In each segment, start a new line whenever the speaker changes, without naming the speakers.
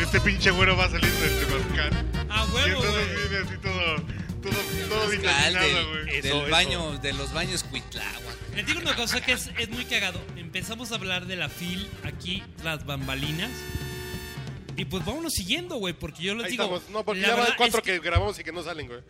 Este pinche güero va a salir del Temascal.
A
Y
huevo,
entonces
güey.
viene así todo, todo, todo
Mezcal
vitaminado,
del,
güey.
del
Eso, eso.
baño, de los baños Cuitláhuac.
Les digo una cosa que es, es muy cagado. Empezamos a hablar de la FIL aquí, tras bambalinas. Y pues vámonos siguiendo, güey, porque yo les
Ahí
digo.
estamos. No, porque
la
ya van
verdad
cuatro
es que
que... grabamos y que no salen, güey.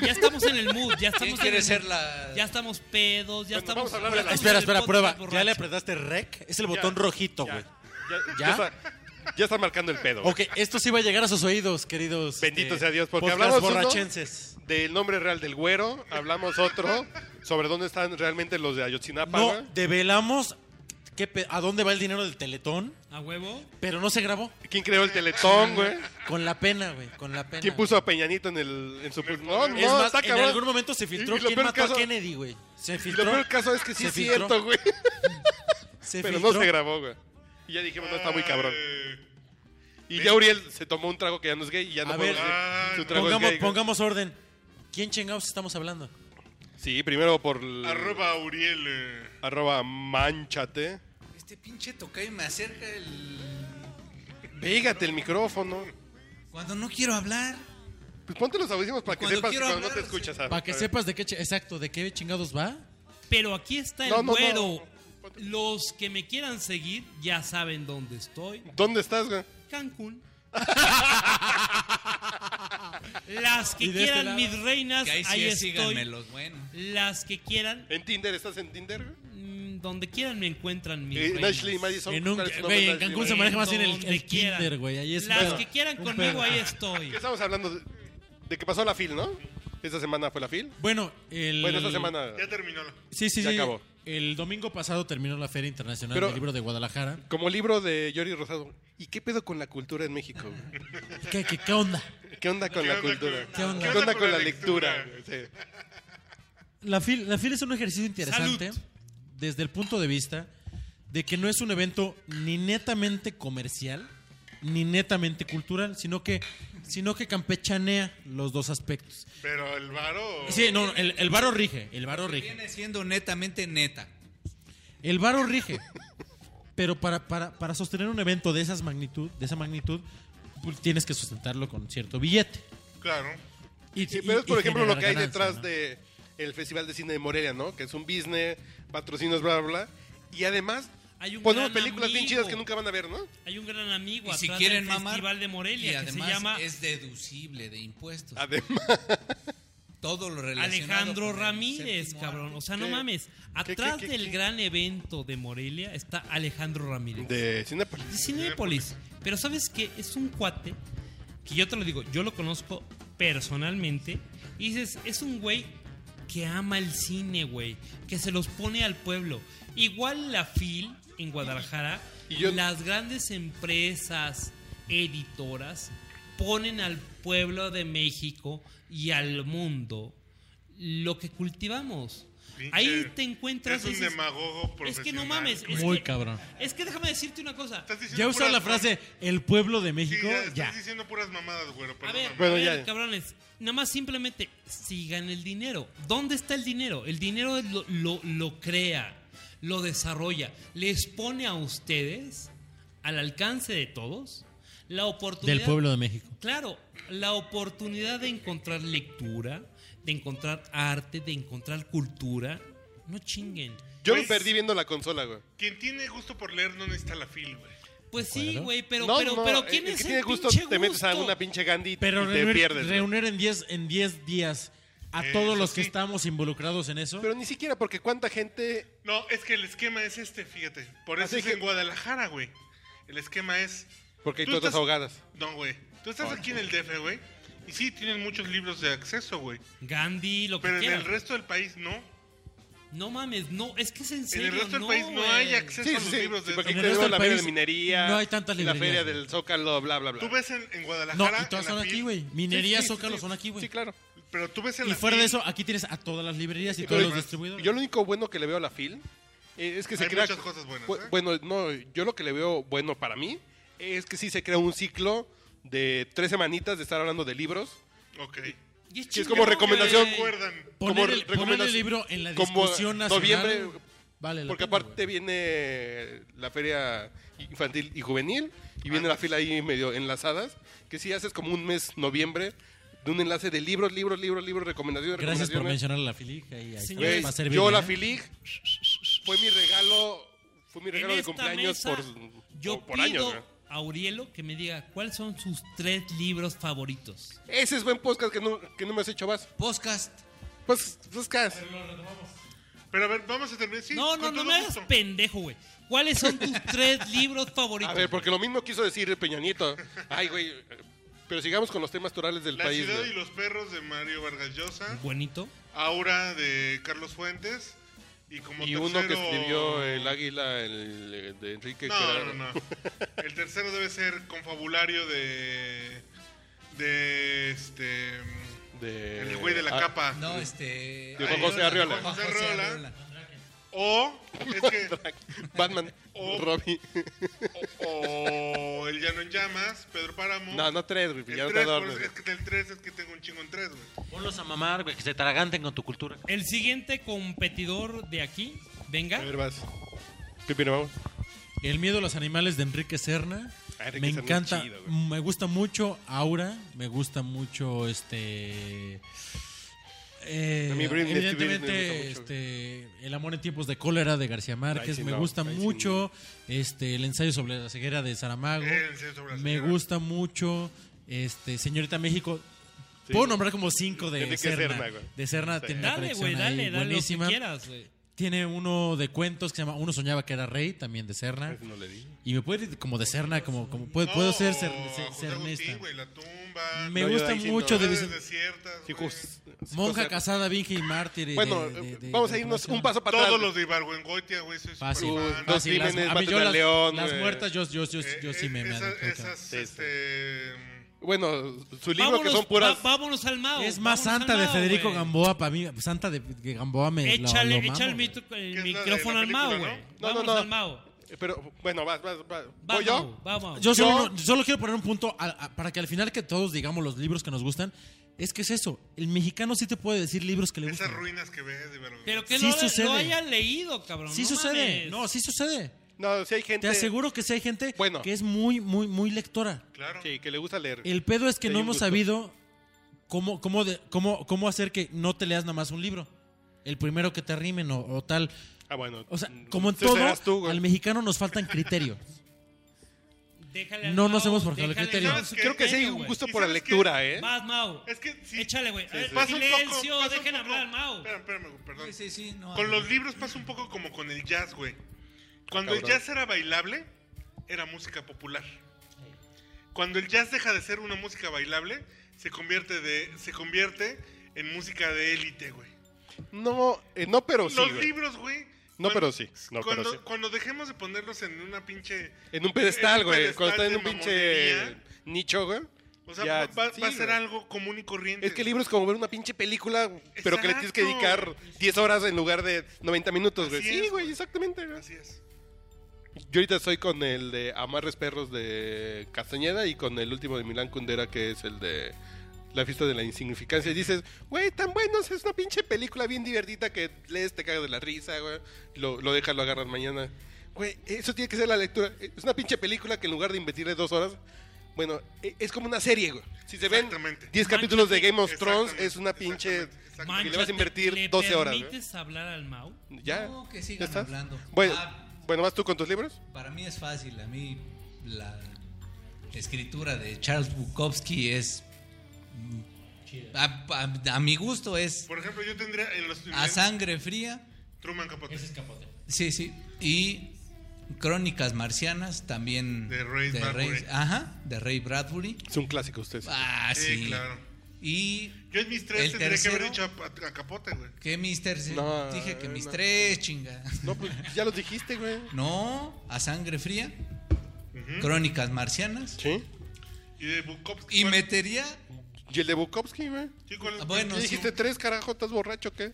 Ya estamos en el mood, ya
¿Quién
estamos en
quiere
el
ser
mood.
la...?
Ya estamos pedos, ya
Bueno,
estamos.
vamos a hablar de la-
estamos
Estamos
Espera,
en el
espera,
podcast
prueba. ¿Ya
borracho.
le apretaste rec? Es el botón
Ya.
rojito,
Ya.
güey.
Ya,
¿Ya?
ya está, ya está marcando el pedo. güey.
Ok, esto sí va a llegar a sus oídos, queridos.
Bendito
eh,
sea Dios, porque
podcast
hablamos uno-
borrachenses.
Del nombre real del güero, hablamos otro sobre dónde están realmente los de Ayotzinapa.
No,
güey.
develamos qué pe- a dónde va el dinero del teletón,
A huevo.
pero no se grabó.
¿Quién creó el teletón, güey?
Con la pena, güey, con la pena.
¿Quién puso a Peñanito en, el, en su... No, no,
güey. Es más,
está
en
cabrón.
algún momento se filtró
Y- y lo
quién
peor
mató
caso-
a Kennedy, güey. Se
Y lo
filtró.
peor caso es que sí
se
es
filtró,
cierto, güey.
se
Pero no
filtró.
se grabó, güey. Y ya dijimos, no, está muy cabrón.
Ay,
Y ya Uriel se tomó un trago que ya no es gay y ya no
A
puede
ver,
decir,
ah,
su trago
Pongamos,
es gay. güey".
pongamos orden. ¿Quién chingados estamos hablando?
Sí, primero por... el-
Arroba Uriel. eh.
Arroba manchate.
Este pinche tocayo me acerca el...
Pégate el micrófono.
Cuando no quiero hablar.
Pues ponte los audísimos para que
Cuando
sepas
quiero
cuando no
hablar,
te escuchas. a-
Para que
a ver.
sepas de qué, chi- exacto, de qué chingados va.
Pero aquí está el
No, no, no.
güero. Los que me quieran seguir ya saben dónde estoy.
¿Dónde estás, güey?
Cancún. Las que
Y de este
quieran,
lado.
mis reinas,
Que ahí
ahí,
sí es,
estoy.
síganmelos, bueno.
Las que quieran,
¿En Tinder? ¿Estás en Tinder, güey?
mm, donde quieran me encuentran mis
Eh,
reinas.
Ashley Madison.
En un-
¿cuál es tu
güey,
nombre,
en
Ashley
Cancún se
Madison?
maneja más bien el-
Donde
el
quieran.
kinder, güey, ahí es
Las
pedo.
que quieran
Un
conmigo,
pedo.
ahí estoy.
¿Qué estamos hablando? De, de que pasó la FIL, ¿no? Esta semana fue la FIL.
Bueno, el.
Bueno, esta semana.
Ya terminó la.
Sí, sí,
Ya
sí.
acabó.
El domingo pasado terminó la Feria Internacional
Pero-
del Libro de Guadalajara.
Como libro de Yori Rosado. ¿Y qué pedo con la cultura en México? güey?
¿Qué, qué, qué onda?
¿Qué onda con
¿Qué
la
onda
cultura?
con-
¿Qué onda?
¿Qué onda con la lectura? güey? Sí.
La FIL, la FIL es un ejercicio interesante
Salud.
desde el punto de vista de que no es un evento ni netamente comercial ni netamente cultural, sino que, sino que campechanea los dos aspectos.
Pero el varo.
Sí, no, no, el, el varo rige, el varo rige.
Viene siendo netamente neta.
El varo rige. Pero para, para, para sostener un evento de esas magnitud, de esa magnitud, pues, tienes que sustentarlo con cierto billete.
Claro.
Y,
Sí,
y-
pero es, por
y
ejemplo, lo
generar
que hay
ganancia,
detrás
¿no?
de el Festival de Cine de Morelia, ¿no? Que es un business, patrocinios, bla, bla, bla. Y además,
Hay un
ponemos
gran
películas bien
amigo.
chidas que nunca van a ver, ¿no?
Hay un gran amigo
Y si
atrás
quieren
del
mamar.
Festival de
y
Morelia que se
además
llama
es deducible de impuestos.
Además,
Todo lo relacionado.
Alejandro
con el
Ramírez,
séptimo
cabrón.
arte.
O sea, no
¿Qué?
mames.
¿Qué,
Atrás
qué, qué,
del
qué?
gran evento de Morelia está Alejandro Ramírez.
de Cinepolis.
de Cinépolis. Pero sabes que es un cuate que yo te lo digo, yo lo conozco personalmente. Y dices, es un güey que ama el cine, güey. Que se los pone al pueblo. Igual la FIL en Guadalajara,
Y yo-
las grandes empresas editoras ponen al pueblo de México y al mundo lo que cultivamos.
Pinche-
Ahí te encuentras.
Es un
dices,
demagogo profesional.
es que no mames. es
Muy
que-
cabrón.
Es que déjame decirte una cosa.
Estás diciendo
Ya usar
puras
la
mam-
frase el pueblo de
Sí,
México,
ya, estás
ya.
diciendo puras mamadas, güero.
A
perdóname.
ver,
Bueno,
a ver,
ya.
cabrones, nada más simplemente sigan el dinero. ¿Dónde está el dinero? El dinero lo, lo- lo crea, lo desarrolla, les pone a ustedes, al alcance de todos, la oportunidad.
Del pueblo de México.
Claro, la oportunidad de encontrar lectura, de encontrar arte, de encontrar cultura. No chinguen.
Yo me
Pues-
perdí viendo la consola, güey.
Quien tiene gusto por leer no necesita la fil, güey.
Pues sí,
Claro.
güey, pero,
no,
pero,
no, eh,
pero ¿quién
el
es
que
el
tiene gusto
pinche
te metes a
gusto?
una pinche Gandhi
Pero
y te
reunir,
pierdes. güey.
reunir en 10 en 10 días a
Eso
todos los que
sí.
estamos involucrados en eso.
Pero ni siquiera porque cuánta gente
No, es que el esquema es este, fíjate. Por eso
Así
es
que-
en Guadalajara, güey. El esquema es.
Porque hay
tú
todas
estás-
ahogadas.
No, güey. Tú estás aquí en el DF, güey. Y sí, tienen muchos libros de acceso, güey.
Gandhi, lo que
Pero en
quieran.
el resto del país no.
No mames, no, es que es en
En
serio.
el resto del
no,
país no
güey.
hay acceso
Sí,
a los
sí, sí.
libros de
porque
En
aquí
el
tenemos
resto
la
del
feria de
país
minería.
no hay tantas
La feria
librerías,
del Zócalo, bla, bla, bla.
Tú ves en, en
no,
Guadalajara.
y todas
en
son
la
aquí,
fil-
güey. Minería,
Sí, sí,
Zócalo
sí,
son aquí, güey.
Sí, claro.
Pero tú ves en
Y
la
fuera de
fil-
eso, aquí tienes a todas las librerías y todos
Pero
los distribuidores.
Yo lo único bueno que le veo a la FIL eh, es que se
Hay
crea.
muchas cosas buenas,
Bu-
¿eh?
Bueno, no, yo lo que le veo bueno para mí es que sí se crea un ciclo de tres semanitas de estar hablando de libros.
Ok.
Y
Que es
chingón,
como recomendación.
güey.
Recuerdan.
Poner, el,
recomendación-
poner el libro en la
como
discusión nacional.
noviembre,
Vale la
Porque
pena,
aparte viene la feria infantil y juvenil y viene
Ah.
la fila ahí medio enlazadas, que si haces como un mes noviembre de un enlace de libros, libros, libros, libros, recomendaciones,
güey. Gracias por
recomendaciones.
mencionar a la filija. Y ahí
Señores,
Güey,
va a servir,
yo la
¿eh?
filig fue mi regalo, fue mi
En
regalo de
esta
cumpleaños
mesa,
por,
yo
por, por
pido
años. güey.
a Aurielo que me diga cuáles son sus tres libros favoritos.
Ese es buen podcast que no, que no me has hecho más.
Podcast.
Pues, podcast.
Pero a ver, vamos a terminar. Sí,
no,
con
no, no
todo
me hagas
gusto.
pendejo, güey. ¿Cuáles son tus tres libros favoritos?
A ver, porque lo mismo quiso decir Peñanito. Ay, güey. Pero sigamos con los temas torales del
La
país.
ciudad
güey.
y los perros de Mario Vargas Llosa.
Buenito.
Aura de Carlos Fuentes. Y como
Y
tercero...
uno que escribió el águila el, eh, de Enrique
No,
Guerrero.
no, no. El tercero debe ser Confabulario de... De este...
De,
El güey de la
ah,
capa.
No, este.
De Juan José Arriola.
Juan José
José
Arriola.
Arriola.
O... Es que...
Batman,
Oh.
Robbie.
o, o El Llano en Llamas, Pedro Páramo.
No, no tres, güey.
El
Ya no te
tres,
adornes,
por eso-
güey.
es que el 3 es que tengo un chingo en 3, güey.
Ponlos a mamar, güey, que se traganten con tu cultura.
El siguiente competidor de aquí, venga.
A ver, vas. Pipino, vamos.
El miedo a los animales de Enrique Serna.
Ah, Enrique
me
Serna es
encanta,
chido, güey.
me gusta mucho Aura, me gusta mucho este. eh,
A mí Britney Spears me gusta
evidentemente,
mucho,
este, El amor en tiempos de cólera de García Márquez,
Rising
me
Love,
gusta
Rising
mucho este, El ensayo sobre la ceguera de Saramago,
El ensayo sobre la
me
ceguera.
gusta mucho este, Señorita México.
Sí.
Puedo nombrar como cinco de
Enrique
Serna.
Serna, güey.
de Serna
Sí.
tiene una
Dale,
colección
güey,
ahí
dale, dale lo que
buenísima.
quieras, güey.
Tiene uno de cuentos que se llama Uno soñaba que era rey, también de Serna.
No le di.
Y me puede ir como de Serna, como, como puedo,
No,
puedo ser ser,
o
ser-
José
cernista.
Agustín, güey, la tumba.
Me
No, yo
gusta
ahí sí no.
mucho de
Ciudades
Vicen-
desiertas,
Sí,
güey.
just- sí,
Monja
cosa-
casada, virgen y mártir. y de-
Bueno,
de- de- de Ah,
vamos a
la
irnos
población.
un paso para
Todos
atrás.
los de Ibargüengoitia, güey, soy
Fácil.
superfan.
Uy,
fácil,
Dos
las,
Crímenes,
a mí yo
Bárbara
las,
León,
las
güey.
muertas yo, yo, yo,
Eh,
yo sí
eh,
me, me
esas-
adelanto.
esas, este,
Bueno, su libro que son puras.
va- vámonos al mago.
Es
vámonos
más santa
al
de
Mao,
Federico
güey.
Gamboa, para mí, santa de, de Gamboa me lo-
Échale,
lo mamo,
echa el,
güey.
mitro- el
¿Qué es la de la
micrófono al
película,
Mao,
no?
güey.
No,
Vámonos
no, no.
al Mao.
Pero bueno, vas, vas, vas. ¿Voy
Vamos,
yo?
vamos.
Yo solo,
Yo-
no- yo solo quiero poner un punto a- a- para que al final que todos digamos los libros que nos gustan. Es que es eso, el mexicano sí te puede decir libros que le
esas
gustan.
ruinas que ves de Ibargüengoitia.
Pero que
Sí
lo,
sucede.
lo hayan leído, cabrón.
Sí
no
sucede,
mames.
no, sí sucede.
No, si hay gente.
Te aseguro que sí hay gente
Bueno.
que es muy, muy, muy lectora.
Claro.
Sí, que le gusta leer.
El pedo es que
Sí,
no
un
hemos
gusto.
sabido cómo, cómo, de- cómo, cómo hacer que no te leas nada más un libro. El primero que te rimen o, o tal.
Ah, bueno.
O sea, como en
Ese
todo,
serás tú, güey.
al mexicano nos faltan criterios.
Déjale al
No
Mao,
nos hemos forjado el
déjale al
criterio.
Mao su
Creo que sí hay
criterio,
un
güey.
gusto
¿Y
por la
sabes qué?
lectura, ¿eh?
Más, Mao.
Es que sí.
Échale, güey. A ver,
Pasa un poco,
Silencio,
pasa un
dejen
poco-
hablar al Mao.
Espérame, espérame, güey, perdón.
Sí, sí, sí. No,
Con
no.
los libros pasa un poco como con el jazz, güey. Cuando el
Cabrón.
jazz era bailable, era música popular. Cuando el jazz deja de ser una música bailable, se convierte de se convierte en música de élite, güey.
No, eh, no, pero sí.
Los
güey.
libros, güey.
No,
cuan-
pero sí, no, pero
cuando,
sí.
cuando dejemos de ponerlos en una pinche.
En un pedestal,
en un
güey. Cuando está
pedestal
en
de
un pinche
mamonería,
nicho, güey.
O sea,
ya,
va- va,
sí,
va a ser
güey.
algo común y corriente.
Es que el libro es como ver una pinche película, pero que le tienes que
Exacto.
dedicar 10 horas en lugar de 90 minutos, güey.
Así
Sí,
es,
güey,
güey.
exactamente. güey.
Así es.
Yo ahorita estoy con el de Amarres Perros de Castañeda y con el último de Milán Kundera, que es el de La fiesta de la insignificancia. Y dices, güey, tan buenos, es una pinche película bien divertida que lees, te cagas de la risa, güey. Lo, lo dejas, lo agarras mañana. Güey, eso tiene que ser la lectura. Es una pinche película que en lugar de invertirle dos horas, bueno, e- es como una serie, güey. Si se ven
Exactamente.
10 capítulos de Game of
Exactamente,
Thrones, es una pinche...
exactamente, exactamente.
que le vas a invertir
¿le
12 horas, güey.
permites hablar al Mao?
Ya.
No, que
¿Ya
sigan
estás?
hablando.
Bueno,
Ah.
bueno, ¿vas tú con tus libros?
Para mí es fácil. A mí la escritura de Charles Bukowski es. A, a- a mi gusto es
Por ejemplo, yo tendría en los
a sangre fría.
Truman Capote.
Este
Sí, sí. Y Crónicas Marcianas también.
De Ray Bradbury.
ajá, de Ray Bradbury.
Es un clásico ustedes.
Ah,
Sí,
sí.
claro.
Y
Yo en mis tres
El
tendría que haber dicho
tercero.
a, a Capote, güey.
que Mister.
No,
dije que
no.
mis tres, chinga.
No, pues ya los dijiste, güey.
No, a sangre fría. Crónicas Marcianas.
Sí.
Y de Bukowski.
Y
¿cuál?
metería.
Y el de Bukowski, güey.
Sí, ¿cuál es?
Bueno,
¿Ya
sí.
dijiste tres, carajo? ¿Estás borracho o qué?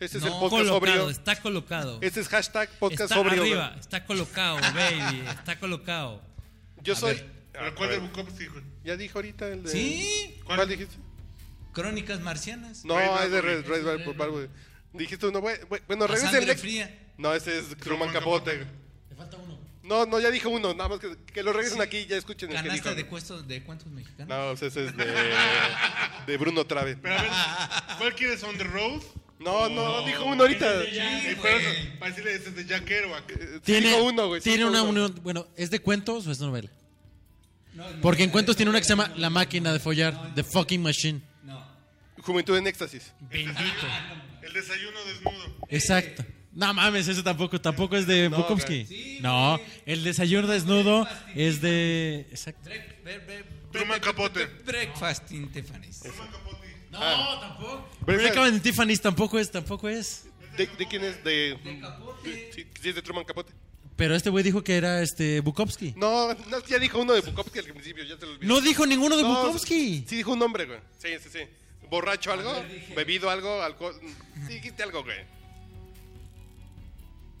Ese es
No.
el podcast
colocado,
sobrio.
está colocado.
Este es hashtag podcast
está
sobrio.
arriba, está colocado, baby, está colocado.
güey. Yo
A
soy
ver.
¿Pero cuál de Bukowski, güey?
Ya dije ahorita el de.
Sí,
¿Cuál?
¿Cuál, dijiste?
Crónicas Marcianas.
No,
Ray
es de
Bradbury.
Red, Red Bar- Barbury. Dijiste uno, güey. güey, Bueno,
A
regresen.
sangre
Lex-
fría.
No, ese es Truman
Truman
Capote.
Capote.
Te falta uno.
No, no, ya dije uno. Nada más que, que lo regresen
Sí.
aquí y ya escuchen el que dijo.
Canasta de cuentos, de cuentos mexicanos.
No, pues ese es de, de Bruno Trave.
Pero a ver, ¿cuál quieres? ¿On the road?
No, no, dijo uno ahorita.
Sí,
güey.
pero eso, para decirle, este es de Jack Kerouac.
Tiene,
dijo uno, güey. sí
tiene
dijo
una
uno.
unión. Bueno, ¿es de cuentos o es novela?
No, no,
Porque en
no,
cuentos
no,
tiene una que
no,
se llama
no,
La máquina de follar, The fucking machine.
No.
Juventud en éxtasis.
Bendito.
El desayuno desnudo.
Exacto. No mames, ese tampoco, tampoco es de
No,
Bukowski.
güey.
Sí,
no,
güey.
el desayuno desnudo
Pastillita.
es de. Exacto.
Break- bre- bre-
Truman Capote.
Breakfast in Tiffany's.
Truman Capote.
No, tampoco.
Breakfast-
Breakfast in Tiffany's tampoco es, tampoco es.
¿De, de quién es? De.
Capote.
Sí, sí es de Truman Capote.
Pero este güey dijo que era este Bukowski.
No, no, ya dijo uno de Bukowski al principio, ya te lo olvidé.
No dijo ninguno de
No,
Bukowski.
Sí, dijo un nombre, güey. Sí, sí, sí. ¿Borracho algo? ¿Bebido algo? ¿Alcohol? Sí, dijiste algo, güey.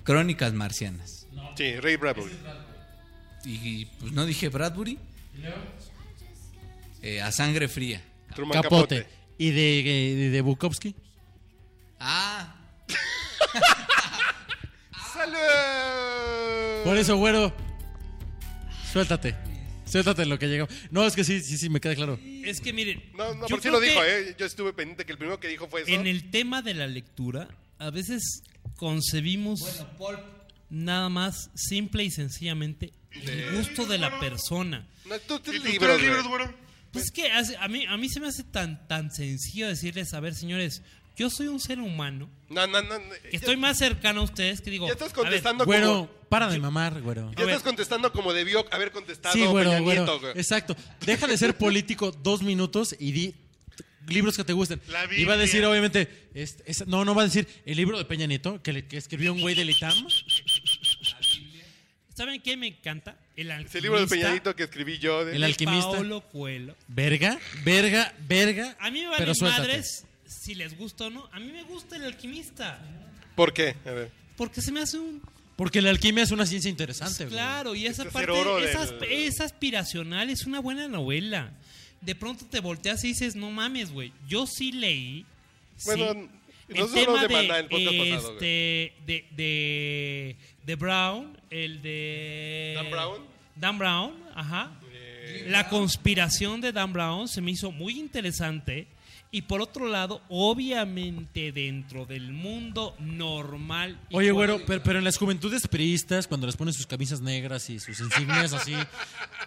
Crónicas Marcianas.
Sí, Ray Bradbury.
Y pues no dije Bradbury. Eh, a sangre fría.
Truman
Capote.
Capote.
¿Y de, de, de Bukowski?
Ah,
¡Salud!
Por eso, güero. Suéltate. Suéltate en lo que llegamos. No, es que sí, sí, sí, me queda claro.
Es que miren.
No, no,
yo
por si
creo
lo
que
dijo, ¿eh? Yo estuve pendiente que el primero que dijo fue eso.
En el tema de la lectura, a veces concebimos
bueno, Paul.
nada más simple y sencillamente el gusto de la persona.
No, tú
¿Y
tres
tus tres
libros,
libros,
güey.
güero?
Pues que hace- a mí, a mí se me hace tan, tan sencillo decirles, a ver, señores, yo soy un ser humano,
No, no, no. no.
que estoy más cercano a ustedes, que digo,
Ya estás
a ver,
contestando
Güero,
como...
para de mamar, güero.
Ya
A ver.
estás contestando como debió haber contestado
Sí, güero,
Peña
güero.
Nieto, güey.
Exacto. Deja de ser político dos minutos y di libros que te gusten.
La
Y va a decir,
Biblia.
obviamente, este- esa- no, no va a decir el libro de Peña Nieto que, le- que escribió un güey del ITAM.
¿saben qué me encanta? El alquimista.
Ese libro del Peñadito que escribí yo. De...
El alquimista.
Paolo Coelho.
Verga, verga, verga.
A mí me
pero
valen
suéltate.
madres si les gusta o no. A mí me gusta el alquimista,
¿Por qué? A ver.
porque se me hace un
Porque la alquimia es una ciencia interesante. güey.
Claro, y esa
hacer
parte
oro
es,
del-
asp- es aspiracional, es una buena novela. De pronto te volteas y dices, no mames, güey, yo sí leí. sí".
Bueno,
El
nosotros
tema
hablamos de
de,
Maná el podcast
este,
pasado, güey.
de, de, de Brown, el de...
¿Dan Brown?
Dan Brown, ajá. La conspiración de Dan Brown se me hizo muy interesante. Y por otro lado, obviamente dentro del mundo normal. y
Oye,
corriente,
güero, pero, pero en las juventudes priistas, cuando les ponen sus camisas negras y sus insignias así,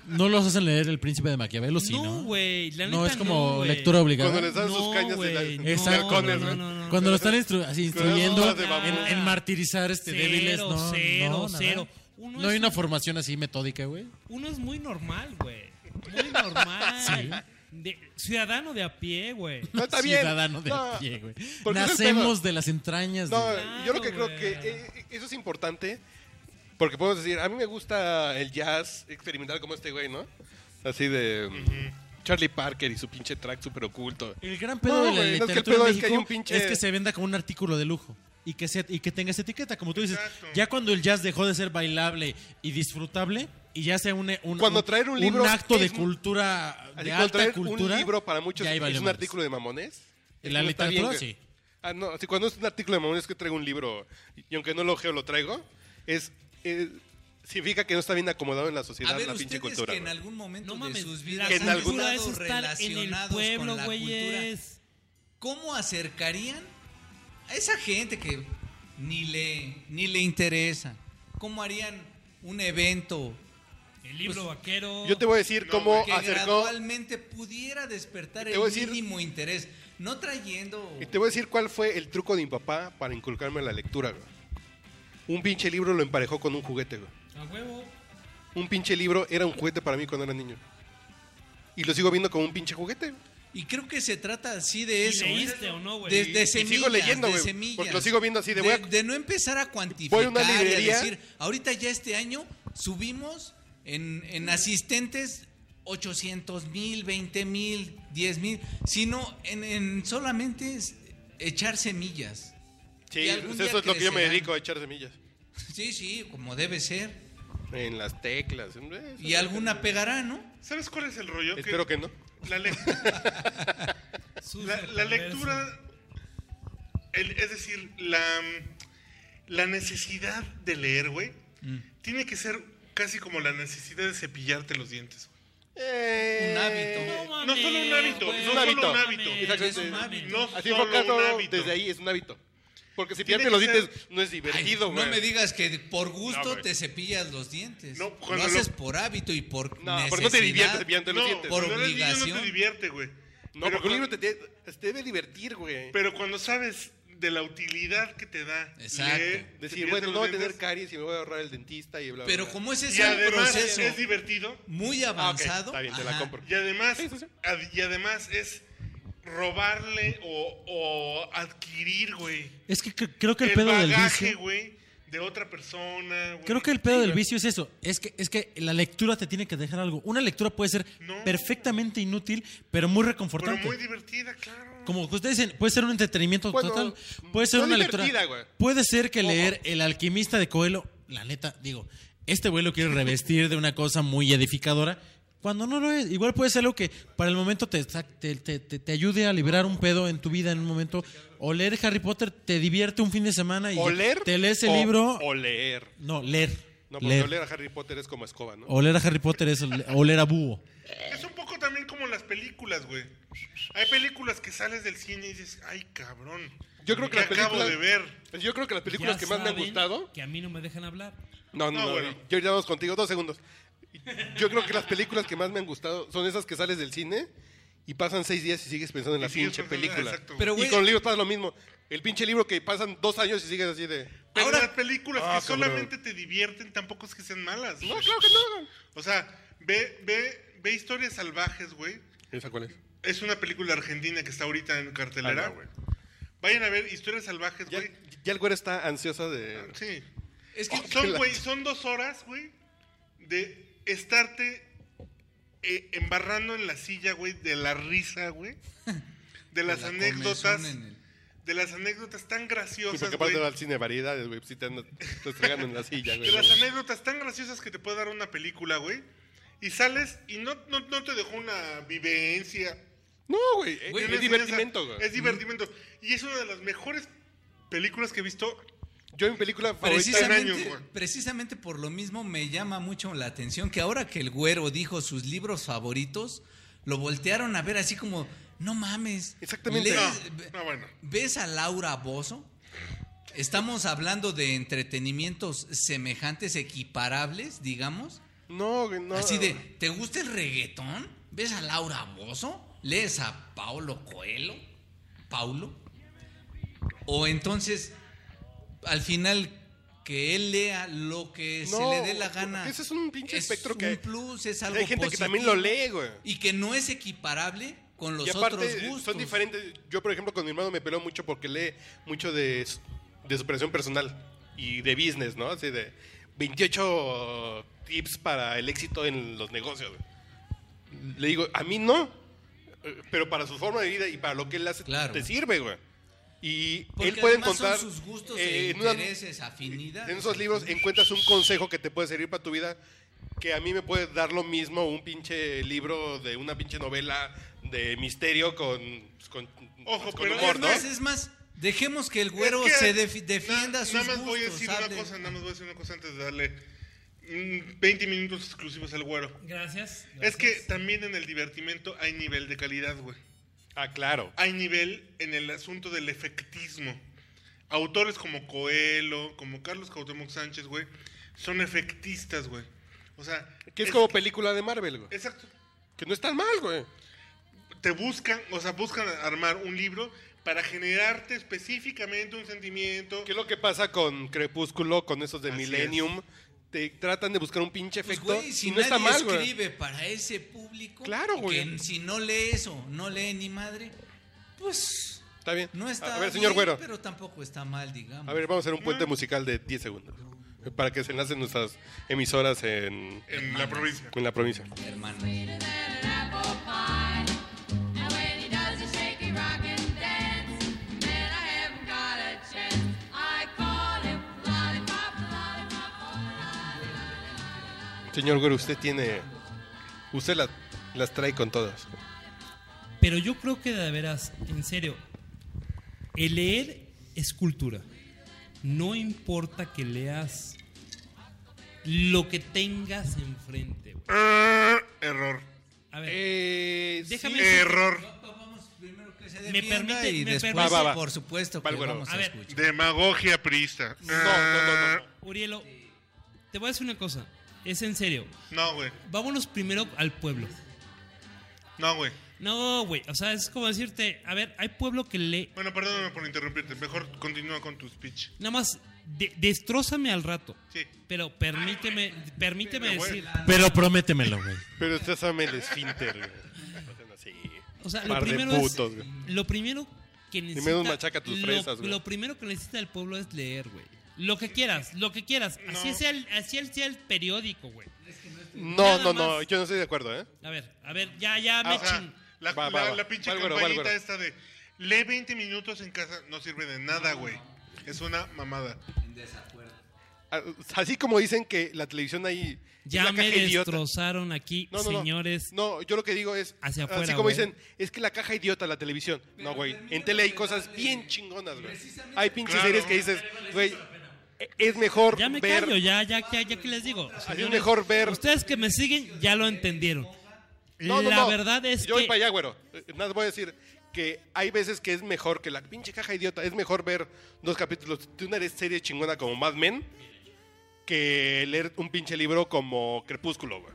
no los hacen leer El Príncipe de Maquiavelo, Pues sí, ¿no?
No, güey. la
No,
neta
es como
no, güey.
lectura obligada.
Cuando les dan sus cañas de la-
güey,
de
Exacto.
halcones,
no,
güey.
no, no, no.
Cuando lo están instru- así
Pero eso
instruyendo
es de
en,
babón.
en martirizar este
Cero,
débiles, no,
cero,
no, nada.
cero. Uno
no
es
hay una
un-
formación así metódica, güey.
Uno es muy normal, güey. Muy normal. De- ciudadano de a pie, güey.
No, está bien.
Ciudadano de
No,
a pie, güey.
porque ese es el
Nacemos
tema.
de las entrañas.
No,
de-
yo lo que creo
Claro,
que
güey.
eh, eh, eso es importante. Porque podemos decir, a mí me gusta el jazz experimental como este güey, ¿no? Así de mm, Charlie Parker y su pinche track super oculto.
El gran pedo
No,
de la
güey, no, es que el
literatura
pedo
en
es que hay
México
un pinche-
es que se venda como un artículo de lujo. Y que, se, y que tenga esa etiqueta, como tú dices.
Exacto.
Ya cuando el jazz dejó de ser bailable y disfrutable y ya sea un, un-
Cuando
un-
traer un libro
acto de
es-
cultura,
Así
de
como
alta
traer
cultura.
un libro para muchos
ya ahí
es
valió
un
madres.
artículo de mamones.
En la
Eso está bien,
literatura,
güey.
sí.
Ah, no, así cuando es un artículo de mamones que traigo un libro y aunque no lo ojeo lo traigo, es eh, significa que no está bien acomodado en la
A
sociedad
ver,
la pinche
ustedes
cultura.
que en
güey.
algún momento
No
de
mames.
sus
la
vidas
Que en
han
algún-
cultura
estado
es estar en el
relacionados con
pueblo,
la cultura.
güeyes.
¿Cómo acercarían a esa gente que ni le, ni le interesa? ¿Cómo harían un evento
El libro
Pues,
vaquero.
Yo te voy a decir cómo
que
acercó
gradualmente pudiera despertar
Te
el
voy a decir-
mínimo interés? No trayendo...
Y te voy a decir cuál fue el truco de mi papá para inculcarme la lectura, güey. Un pinche libro lo emparejó con un juguete, güey.
A huevo.
Un pinche libro era un juguete para mí cuando era niño. Y lo sigo viendo como un pinche juguete. güey.
Y creo que se trata así de
¿Y
eso.
leíste
¿eh?
o no, güey?
De,
Y-
de
y
semillas,
sigo leyendo,
de
güey,
semillas.
porque lo sigo viendo así
de,
de, voy a-
de no empezar a cuantificar.
Voy a una
y
librería.
decir, ahorita ya este año subimos en, en asistentes 800 mil, 20 mil, 10 mil, sino en, en solamente es echar semillas.
Sí,
Y algún
pues
día
eso es lo que yo me
crecerán.
dedico a echar semillas.
Sí, sí, como debe ser.
En las teclas. en- eh,
Y alguna pegará, ¿no?
¿Sabes cuál es el rollo?
Espero que no.
La, le-
Sus
la- la
perversos.
lectura, el- es decir, la, la necesidad de leer, güey,
Mm.
tiene que ser casi como la necesidad de cepillarte los dientes. güey.
Un
Eh,
hábito.
No solo un hábito,
güey,
no
solo un
mames.
hábito.
Exactamente.
No mames.
No
Así
solo
enfocado
un hábito.
desde ahí es un hábito. Porque si
Tiene
pierde los
que ser-
dientes no es
Ay,
divertido, güey.
no me digas que por
No,
gusto
güey.
te cepillas los dientes.
No,
lo
cuando lo-
haces por hábito y por
No,
necesidad.
porque no te diviertes cepillando los
No,
dientes.
por
cuando eres niño no
obligación.
te divierte, güey.
No,
Pero
porque un libro
cuando-
te, tiene- te debe divertir, güey.
Pero cuando sabes de la utilidad que te da
Exacto.
leer,
Decir,
cepillarte
bueno,
los
no voy a
dientes,
tener caries y me voy a ahorrar el dentista y bla, bla.
Pero
bla.
como ese es
y
un
además
proceso
es divertido
muy
Ah, ok,
avanzado.
Está bien, te la
ajá,
compro.
y además
Sí, sí, sí.
ad- y además es robarle o, o adquirir, güey,
Es que cre- creo que el,
el
pedo del
bagaje,
vicio.
güey, de otra persona. güey.
Creo que el pedo del vicio es eso. Es que, es que la lectura te tiene que dejar algo. Una lectura puede ser
No.
perfectamente inútil, pero muy
Pero
reconfortante.
muy divertida, claro.
Como que ustedes dicen, puede ser un entretenimiento
Bueno,
total. Puede ser
no
una
divertida,
lectura.
güey.
Puede ser que leer El alquimista de Coelho, la neta, digo, este güey lo quiere revestir de una cosa muy edificadora. Cuando no lo es, igual puede ser algo que para el momento te, sa- te, te- te- te ayude a liberar un pedo en tu vida en un momento. O leer Harry Potter te divierte un fin de semana y
O leer.
te lees el
o-
libro.
O leer.
No, leer.
No, pues porque
leer.
oler a Harry Potter es como escoba, ¿no?
Oler a Harry Potter es ole- oler a búho.
Es un poco también como las películas, güey. Hay películas que sales del cine y dices, ay, cabrón.
Yo creo que
¿qué
las películas-
acabo de ver.
Yo creo que las películas
Ya
que más me han
saben
gustado.
Que a mí no me dejan hablar.
No,
No,
no, no,
Ah, bueno.
Yo ahorita vamos contigo, dos segundos. Yo creo que las películas que más me han gustado son esas que sales del cine y pasan seis días y sigues pensando en la
Y sigues
pinche
pensando- ah,
película.
exacto, güey.
Pero,
y
güey-
con libros pasa lo mismo. El pinche libro que pasan dos años y sigues así de.
Pero
Ahora-
las películas
Ah,
que
cabrón.
solamente te divierten tampoco es que sean malas.
No,
güey.
claro que no.
O sea, ve, ve, ve historias salvajes, güey.
¿Esa cuál es?
Es una película argentina que está ahorita en cartelera.
Ah, no, güey.
Vayan a ver historias salvajes,
Ya,
güey.
ya el güero está ansiosa de.
Sí. Oh,
Es que
Son,
la-
güey, son dos horas, güey, de estarte eh, embarrando en la silla, güey, de la risa, güey. De las
la
anécdotas.
comezón en el-
De las anécdotas tan
Sí,
graciosas,
porque aparte
güey.
va al cine de variedades, güey. Si te andas estregando en la silla,
Pues
güey.
De las anécdotas tan graciosas que te puede dar una película, güey. Y sales y no, no, no te dejó una vivencia.
No, güey. Es,
Güey,
es
una
divertimento,
enseñanza.
güey.
Es divertimento. Y es una de las mejores películas que he visto.
Yo mi película favorita.
Precisamente,
años, güey.
precisamente por lo mismo me llama mucho la atención que ahora que el güero dijo sus libros favoritos, lo voltearon a ver así como, no mames.
Exactamente.
lees-
No,
ve-
no, Ah, bueno.
¿Ves a Laura Bozo? Estamos hablando de entretenimientos semejantes, equiparables, digamos.
No, güey, no.
Así de, ¿te gusta el reggaetón? ¿Ves a Laura Bozo? ¿Lees a Paulo Coelho? ¿Paulo? O entonces, al final, que él lea lo que se
No,
le dé la gana.
ese es un pinche espectro
un
que-
plus, es
Hay
algo
gente que
positivo
también lo lee, güey.
Y que no es equiparable con los
y aparte
otros gustos.
son diferentes. Yo, por ejemplo, con mi hermano me peleo mucho porque lee mucho de, de superación personal y de business, ¿no? Así de 28 tips para el éxito en los negocios. güey. Le digo, a mí no, eh, pero para su forma de vida y para lo que él hace
Claro.
te sirve, güey. Y
Porque
él puede
además
encontrar
son sus gustos
eh,
e
en una-
intereses, afinidades.
en esos libros encuentras un consejo que te puede servir para tu vida que a mí me puede dar lo mismo un pinche libro de una pinche novela de misterio con pues, con,
Ojo,
con
pero
humor,
Es
¿no?
más, es más, dejemos que el güero
Es que
se defi- defienda
na-
sus
Nada más
gustos.
voy a decir
hable.
una cosa, nada más voy a decir una cosa antes de darle mm, 20 minutos exclusivos al güero.
Gracias.
Es que
gracias.
también en el divertimento hay nivel de calidad, güey.
Ah, claro.
Hay nivel en el asunto del efectismo. Autores como Coelho, como Carlos Cuauhtémoc Sánchez, güey, son efectistas, güey. O sea,
Que es, como película de Marvel, güey.
exacto.
Que no es tan mal, güey.
Te buscan, o sea, buscan armar un libro para generarte específicamente un sentimiento.
¿Qué es lo que pasa con Crepúsculo, con esos de
Así
Millennium? Te tratan de buscar un pinche
Pues,
efecto
güey, si
y no está
nadie
mal, güey.
escribe para ese público,
Claro, güey.
que si no lee eso, no lee ni madre, pues
Está bien.
no está
a ver, señor
bien,
Güero.
pero Ah. tampoco está mal, digamos.
A ver, vamos a hacer un puente musical de 10 segundos. eh, Para que se enlacen nuestras emisoras en,
En la provincia.
en la provincia.
hermano.
sweeter than an apple pie. And when he does his shaky rock and dance, man, I haven't got a chance. I call him lollipop, lollipop, oh, lolly, lolly, lolly.
Señor Güero, usted tiene. Usted la- las trae con todas.
Pero yo creo que de veras, en serio, el leer es cultura. No importa que leas lo que tengas enfrente. güey.
Ah, Error.
A ver,
Eh,
déjame-
Error.
Vamos primero que se
Me
defienda
permite-
y
me
después,
permite-
Va, va, va.
por supuesto, que
Va, bueno,
vamos a,
a ver.
escuchar.
Demagogia priista.
No, no, no, no.
Urielo, te voy a decir una cosa. Es en serio.
No, güey.
Vámonos primero al pueblo.
No, güey.
No, güey. O sea, es como decirte, a ver, hay pueblo que lee.
Bueno, perdóname por interrumpirte. Mejor continúa con tu speech.
Nada más, de- destrózame al rato.
Sí.
Pero permíteme, permíteme
Pero, güey.
decir.
Pero prométemelo, güey.
Pero usted sabe el esfínter, güey. Hacen así.
O sea, lo
Par de
primero es-
putos, güey.
Lo primero que necesita.
un machaca tus
lo,
fresas, güey.
Lo primero que necesita el pueblo es leer, güey. Lo que quieras, lo que quieras. Así sea el, así sea el periódico, güey.
No,
Nada
no, no.
más.
Yo no estoy de acuerdo, ¿eh?
A ver, a ver, ya, ya me
Ah, o sea,
ching-
la, la-
Va, va, va.
la pinche
Va, güero, va,
campanita
güero.
esta de lee 20 minutos en casa no sirve de nada, güey. Es una mamada.
Ah, Así como dicen que la televisión ahí. es
Ya
la
me
caja idiota.
destrozaron aquí,
No, no, no.
señores.
No, yo lo que digo es.
Hacia
así
afuera,
como
güey.
dicen, es que la caja idiota, la televisión. no, güey. En tele hay cosas bien chingonas, güey. Hay pinches
Claro.
series que dices, güey, es mejor
Ya me
ver.
callo, ya, ya, ya, ya que les digo. Señores,
mejor ver-
Ustedes que me siguen ya lo entendieron.
No, no,
la
no.
verdad es
Yo
que
voy para allá, güero. Eh, Nada más voy a decir que hay veces que es mejor que la pinche caja idiota. Es mejor ver dos capítulos de una serie chingona como Mad Men que leer un pinche libro como Crepúsculo, güey.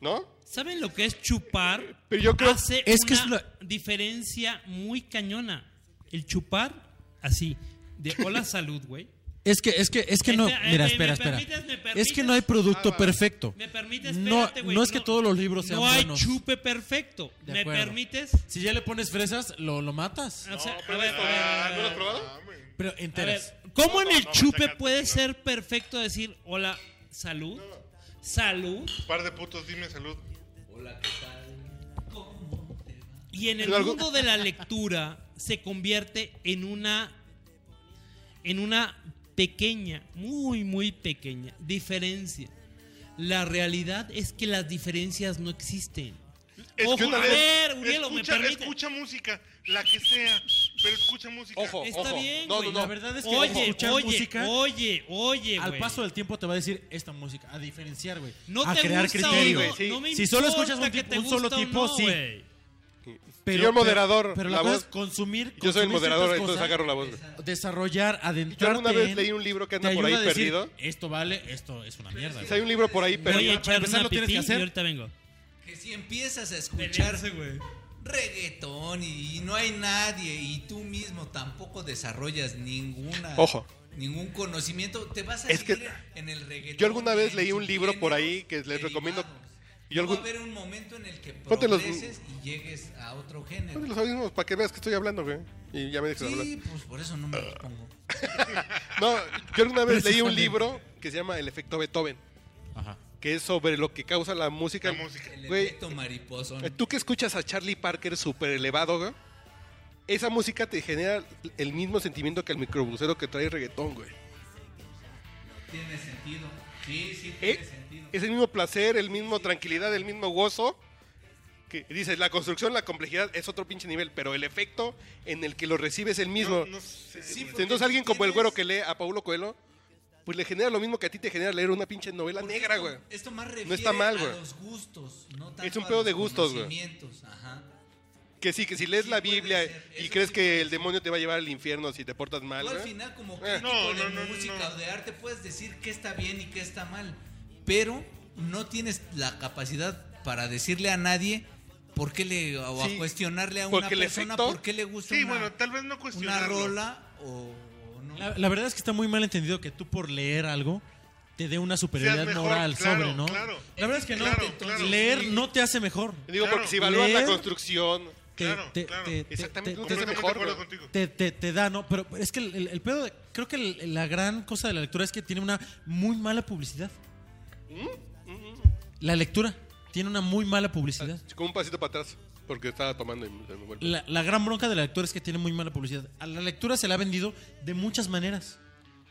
¿No?
¿saben lo que es chupar?
Pero yo creo-
hace
es
una
que es lo-
diferencia muy cañona. El chupar así de hola salud, güey.
Es que, es que, es que no.
Este, eh,
Mira,
me-
espera,
me
espera.
permites, me
Es que
permites.
no hay producto
Ah, va.
perfecto.
¿Me permites?
No,
Espérate, güey,
no es que todos los libros sean
No hay
buenos.
chupe perfecto.
De
¿Me
acuerdo.
permites?
Si ya le pones fresas, lo, lo matas.
O sea,
No,
a
pero
ver,
esto-
a ver,
Ah,
a
¿No lo has
ver.
probado?
Pero
Ah. A ver,
enteras.
¿cómo en
no,
el
no,
chupe
sácate,
puede
no.
ser perfecto decir hola, salud? Salud.
Par de putos, dime salud.
Y en el
Pero algo-
mundo de la lectura se convierte en una en una pequeña, muy muy pequeña diferencia. La realidad es que las diferencias no existen. Ojo,
Escucha-
a ver, Urielo, me
escucha,
permite.
escucha música, la que sea, pero escucha música.
Ojo.
Está bien,
No,
güey.
no, no.
La verdad es que
oye,
escuchar
oye,
música-
oye, oye,
Al
güey.
paso del tiempo te va a decir esta música, a diferenciar, güey.
no
a
te
crear
gusta o
criterio.
no,
sí.
no me
Si solo
importa
escuchas un
que
tipo-
te
un solo
gusta o
tipo,
no,
sí.
güey.
Señor moderador,
Pero, pero la,
la
cosa
voz-
es consumir.
Yo soy el
consumir
moderador,
ciertas
entonces
cosas,
agarro la voz. güey.
Desarrollar, adentrarte.
Yo alguna vez
en-
leí un libro que
te
anda por ahí
ayuda a decir,
perdido.
Esto vale, esto es una mierda.
Si hay
güey.
un libro por ahí
Voy a
perdido.
echar
empezar
una
lo tienes que
pipí
hacer.
y ahorita vengo.
Que si empiezas a escuchar
güey.
reggaetón y, y no hay nadie y tú mismo tampoco desarrollas ninguna
Ojo.
ningún conocimiento, te vas a
Es que
seguir en el reggaetón.
yo alguna vez
en
leí un
sus
libro por
géneros
ahí que les recomiendo-
derivados.
yo
No va
algún-
a haber un momento en el que
Ponte los-
progreses y llegues a otro género.
Ponte los audífonos para que veas que estoy hablando, güey. Y ya me dejes hablar. Ah.
Sí, pues por eso no me los pongo.
No, yo alguna vez leí un
Precisamente.
libro que se llama El efecto Beethoven,
Ajá.
que es sobre lo que causa la música.
La música.
El
Güey,
efecto mariposo.
Eh, tú que escuchas a Charlie Parker súper elevado, güey, esa música te genera el mismo sentimiento que el microbusero que trae reggaetón, güey.
Tiene sentido. Sí, sí, tiene
¿Eh?
sentido.
Es el mismo placer, el mismo tranquilidad, el mismo gozo. Que dices, la construcción, la complejidad es otro pinche nivel, pero el efecto en el que lo recibes es el mismo.
No, no sé.
Sí,
güey.
porque
Entonces alguien como el
tienes-
güero que lee a Paulo Coelho, pues le genera lo mismo que a ti te genera leer una pinche novela
Porque
negra,
esto-
güey.
Esto más refiere
está mal,
a
güey.
los gustos, no tanto
Es un
a
pedo
los
de gustos, güey.
conocimientos, Ajá.
Que sí, que si lees
Sí,
la
puede
Biblia
ser.
y
Eso
crees
sí
que
puede
el demonio te va a llevar al infierno si te portas mal,
Tú al
güey.
final como
Eh.
crítico
No,
de
no, no,
música
no.
o de arte puedes decir qué está bien y qué está mal, pero no tienes la capacidad para decirle a nadie por qué le o
Sí,
a cuestionarle a una
porque le
persona
afectó.
por qué le gusta
Sí,
una,
bueno, tal vez no
una
cuestionarlo.
rola o, o no.
La, la verdad es que está muy mal entendido que tú por leer algo te dé una superioridad
Seas mejor,
moral
claro,
sobre, ¿no?
claro.
la verdad es que no.
Claro,
te-
claro.
Leer no te hace mejor.
Digo,
Claro,
porque si evalúas la
leer-
construcción,
Te,
Claro,
te-
claro.
te- te-
Exactamente,
te-
un
te-
Completamente
Entonces,
de
mejor,
acuerdo
güey.
contigo.
te, te- te da, ¿no? Pero es que el, el- el pedo, de- creo que el- la gran cosa de la lectura es que tiene una muy mala publicidad. La lectura tiene una muy mala publicidad.
con un pasito para atrás, porque estaba tomando y se me vuelve.
La, la gran bronca de la lectura es que tiene muy mala publicidad. A la lectura se la ha vendido de muchas maneras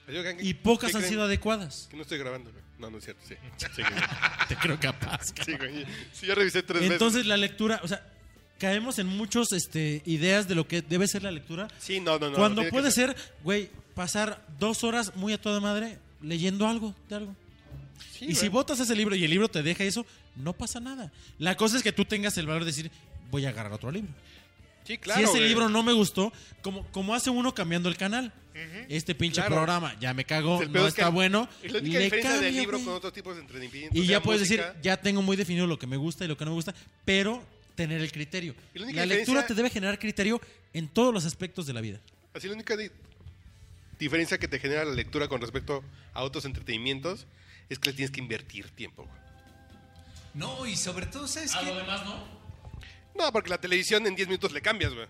Yo, ¿qué-
y pocas
qué
han
creen?
sido adecuadas.
Que no estoy grabando, güey. No, no es cierto, sí.
Te creo capaz.
Sí, güey. Sí, yo revisé tres
Entonces la lectura, o sea, caemos en muchas este, ideas de lo que debe ser la lectura.
veces. Sí, no, no, no.
cuando
tiene que
puede ser, güey, pasar dos horas muy a toda madre leyendo algo de algo.
Sí,
y
güey.
si votas ese libro y el libro te deja eso, no pasa nada. La cosa es que tú tengas el valor de decir, voy a agarrar otro libro.
Sí, claro.
si ese
güey.
libro no me gustó, como, como hace uno cambiando el canal. Este pinche
Claro.
programa ya me cagó,
El peor
no
es que
está bueno.
Es la única
le
diferencia del
cambio,
libro
güey.
con otros tipos de entretenimiento.
Y
sea
ya puedes
música.
decir, ya tengo muy definido lo que me gusta y lo que no me gusta, pero tener el criterio.
Y
La,
la única
lectura
diferencia-
te debe generar criterio en todos los aspectos de la vida.
Así la única di- diferencia que te genera la lectura con respecto a otros entretenimientos es que le tienes que invertir tiempo. güey.
No, y sobre todo, ¿sabes
Ah,
qué?
demás no?
No, porque la televisión en 10 minutos le cambias, güey.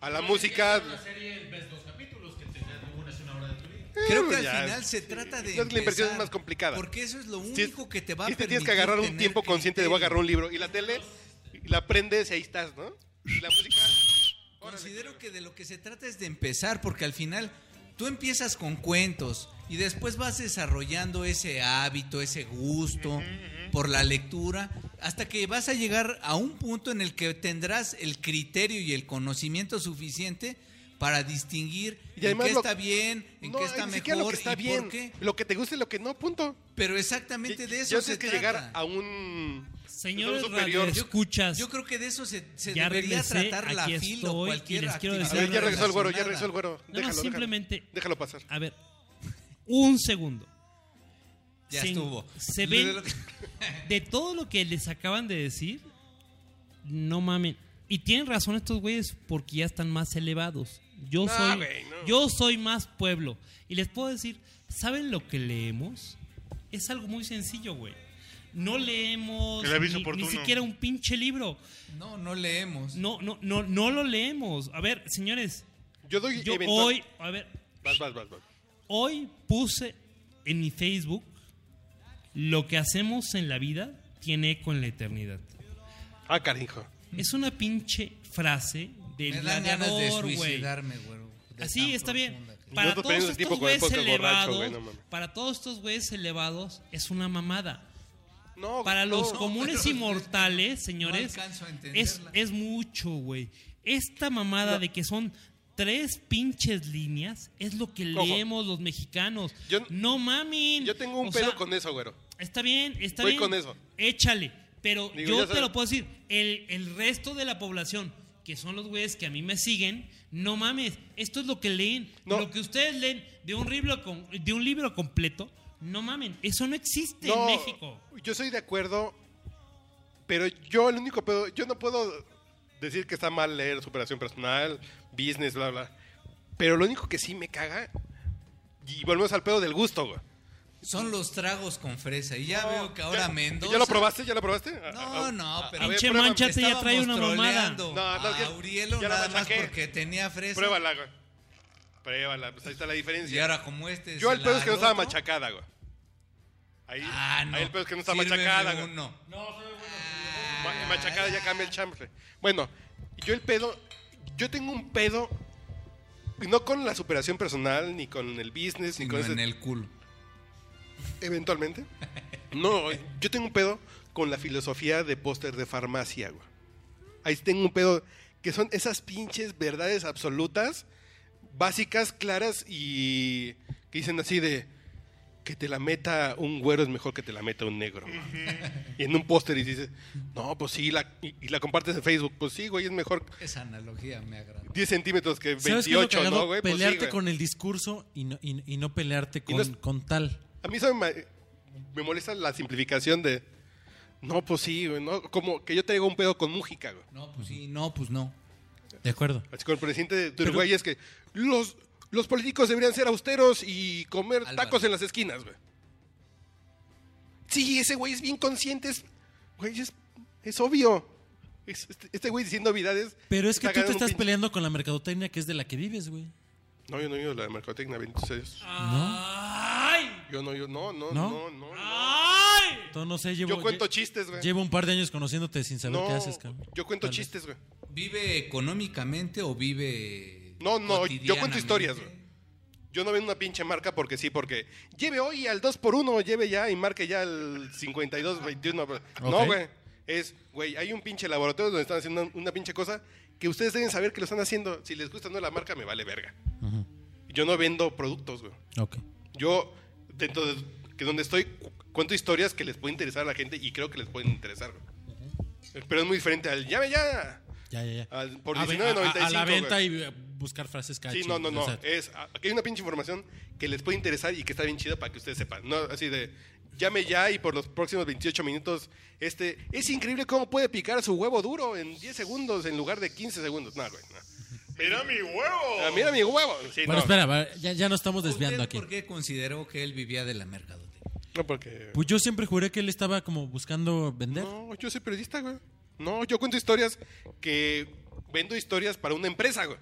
A la música...
serie ves dos capítulos que te una es una hora de tu vida.
Creo
eh,
que al
ya.
final se trata de.
Creo que la inversión es
empezar,
más complicada.
Porque eso es lo
Sí,
único que te va a
sí
permitir.
te tienes que agarrar un
tener
tiempo consciente de voy a
criterio.
agarrar un libro. Y la tele, y la prendes y ahí estás, ¿no? Y la música...
Considero que de lo que se trata es de empezar, porque al final tú empiezas con cuentos y después vas desarrollando ese hábito, ese gusto por la lectura, hasta que vas a llegar a un punto en el que tendrás el criterio y el conocimiento suficiente para distinguir
Y
en
además
qué
lo-
está bien, en
No,
qué está
ni
mejor
siquiera lo que está
y
bien.
por qué.
Lo que te gusta y lo que no, punto.
Pero exactamente de eso
Yo
se
tienes que
trata.
llegar a un...
Señores
un superior.
radio escuchas.
Yo creo que de eso se, se
Ya
debería
regresé,
tratar la
aquí
fila
estoy, y
o cualquier
les quiero
A
actividad
ver, ya regresó el güero, ya
relacionada.
regresó el güero.
Nada
Déjalo,
más simplemente,
déjalo. Déjalo pasar.
a ver, un segundo.
Ya
Se-
estuvo.
se ven- De todo lo que les acaban de decir, no mamen. Y tienen razón estos güeyes porque ya están más elevados. Yo
No,
soy
güey, no.
yo soy más pueblo y les puedo decir, ¿saben lo que leemos? Es algo muy sencillo, güey. No leemos
El aviso
ni- ni,
oportuno.
siquiera un pinche libro.
No, no leemos.
No, no, no, no lo leemos. A ver, señores,
Yo doy
yo
eventual-
hoy, a ver,
Vas, vas, vas, vas.
Hoy puse en mi Facebook lo que hacemos en la vida tiene eco en la eternidad.
Ah, cariño.
Es una pinche frase
Me
del
dan ganas de
gladiador, güey.
suicidarme, güero, de tan
Así está bien.
profunda que-
Para
Nosotros
todos
perdimos el tiempo
estos
con el
güeyes
podcast borracho,
elevados,
güey, no mames.
para todos estos güeyes elevados es una mamada.
No,
Para
no.
los
no,
comunes
pero-
inmortales, señores,
no alcanzo a entenderla.
es, es mucho, güey. Esta mamada de que son tres pinches líneas es lo que
Ojo.
leemos los mexicanos.
Yo-
no mamen.
Yo tengo un
O
pedo
sea,
con eso, güero.
Está bien, está
Voy
bien.
con eso.
Échale. Pero
Digo, ya
yo te
sabes.
lo puedo decir, el, el resto de la población, que son los güeyes que a mí me siguen, no mames, esto es lo que leen.
No.
Lo que ustedes leen de un libro, con- de un libro completo, no mamen, eso no existe en México.
Yo soy de acuerdo, pero yo el único pedo, yo no puedo decir que está mal leer superación personal, business, bla, bla. Pero lo único que sí me caga, y volvemos al pedo del gusto, güey.
Son los tragos con fresa. Y ya veo que
Ya-
ahora Mendoza.
¿Ya lo probaste? ¿Ya lo probaste? A-
No,
a-
no,
a-
pero-
a ver,
Pinche
pruébame.
mancha te- ya
Estábamos
trae una mamada.
troleando
No, no,
a
ya-
Aurielo
ya la
nada más
machaqué.
porque tenía fresa.
Pruébala, güey. Pruébala, pues ahí está la diferencia.
Y ahora como este.
Yo
se
el pedo
la
es que no estaba
roto.
machacada, güey. Ahí,
Ah, no.
ahí el pedo es que no estaba
Sírveme
machacada, güey.
uno.
Ma- Machacada ya cambia el chambre. Bueno, yo el pedo, yo tengo un pedo, y no con la superación personal, ni con el business, ni
Sino
con
en
ese-
el culo.
eventualmente. No, yo tengo un pedo con la filosofía de póster de farmacia, güey. Ahí sí tengo un pedo que son esas pinches verdades absolutas, básicas, claras y que dicen así de que te la meta un güero es mejor que te la meta un negro. güey. y en un póster y dices, no, pues sí, la- y, y la compartes en Facebook, pues sí, güey, es mejor
Esa analogía me agrada.
10 centímetros que
¿Sabes qué es lo
28,
cagado?
¿no, güey? Pues sí,
Pelearte
güey.
con el discurso y no, y, y no pelearte
Y
con,
no es-
con tal.
A mí eso me, me molesta la simplificación de. No, pues sí, güey, ¿no? Como que yo traigo un pedo con Mújica, güey.
No, pues sí, no, pues no.
De acuerdo.
Así con el presidente de Uruguay es que los, los políticos deberían ser austeros y comer
Álvaro.
tacos en las esquinas, güey. Sí, ese güey es bien consciente, es, güey, es, es obvio. Es- este, este güey diciendo novedades.
Pero es que tú te estás
peleando.
peleando con la mercadotecnia que es de la que vives, güey.
No, yo no he oído la mercadotecnia, bendito sea Dios.
¡Ay!
Yo no, yo no, no,
Ah. ¿No? Ah,
no, no. no.
¡Ay!
Entonces, no sé, llevo,
Yo cuento
lle-
chistes, güey.
llevo un par de años conociéndote sin saber
No,
qué haces, cabrón.
yo cuento
Tal vez.
chistes, güey.
¿Vive económicamente o vive.?
No, no, yo cuento
cotidianamente?
historias, güey. Yo no vendo una pinche marca porque sí, porque lleve hoy al 2x1, lleve ya y marque ya al 5221. No,
Ok.
güey. Es, güey, hay un pinche laboratorio donde están haciendo una pinche cosa que ustedes deben saber que lo están haciendo. Si les gusta o no la marca, me vale verga. Yo no vendo productos, güey.
Ok.
Yo, dentro de que donde estoy, cu- cuento historias que les pueden interesar a la gente y creo que les pueden interesar. güey. Pero es muy diferente al llame ya.
Ya, ya, ya.
Al- por
A ve- a- A, a
19.95,
la venta
güey.
y eh, buscar frases catchy.
Sí, no, no, no. Eh,
o sea,
Es, ah, aquí hay una pinche información que les puede interesar y que está bien chida para que ustedes sepan. No, así de, llame ya y por los próximos 28 minutos, este, es increíble cómo puede picar su huevo duro en 10 segundos en lugar de 15 segundos. No, güey, no.
¡Mira mi huevo!
Ah, mira mi huevo. Sí,
Oh. bueno,
no.
espera, va, ya, ya nos estamos desviando
¿Usted
aquí.
¿Por qué consideró que él vivía de la mercadotecnia?
No, porque...
Pues yo siempre juré que él estaba como buscando vender.
No, yo soy periodista, güey. No, yo cuento historias que vendo historias para una empresa, güey.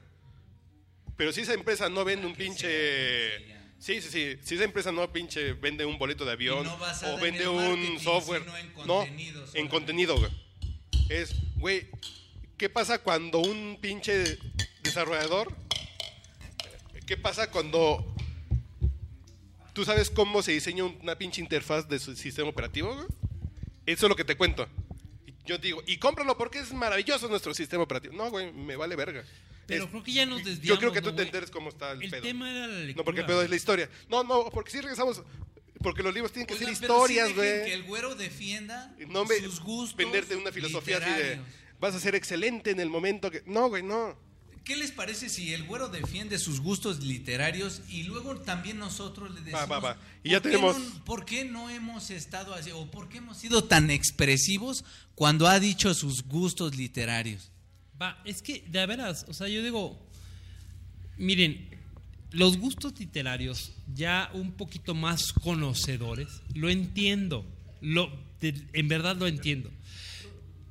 Pero si esa empresa no vende un pinche... Sí, sí, sí. Si esa empresa no pinche vende un boleto de avión
Y no basada
o
en
vende
el
un
marketing,
software.
sino en
no,
contenido
en
solamente.
contenido, güey. Es, güey, ¿qué pasa cuando un pinche desarrollador... ¿Qué pasa cuando ¿Tú sabes cómo se diseña una pinche interfaz de su sistema operativo? güey? Eso es lo que te cuento. Y Yo digo, y cómpralo porque es maravilloso nuestro sistema operativo. No, güey, me vale verga.
Pero
Es-
creo que ya nos desviamos.
Yo creo que
¿no,
tú te
güey?
enteres cómo está el,
El
pedo.
tema era la lectura.
no, porque el pedo es la historia. No, no, porque si regresamos. Porque los libros tienen que
Oigan,
ser
pero sí
historias,
dejen
güey.
Que el güero defienda
No me-
sus gustos.
venderte una filosofía así
literarios.
de vas a ser excelente en el momento que. No, güey, no.
¿Qué les parece si el güero defiende sus gustos literarios y luego también nosotros le decimos...
Va, va, va. Y
¿por
ya
qué
tenemos-
no- ¿Por qué no hemos estado así? ¿O por qué hemos sido tan expresivos cuando ha dicho sus gustos literarios?
Va, es que, de veras, o sea, yo digo, miren, los gustos literarios ya un poquito más conocedores, lo entiendo, lo, te- en verdad lo entiendo.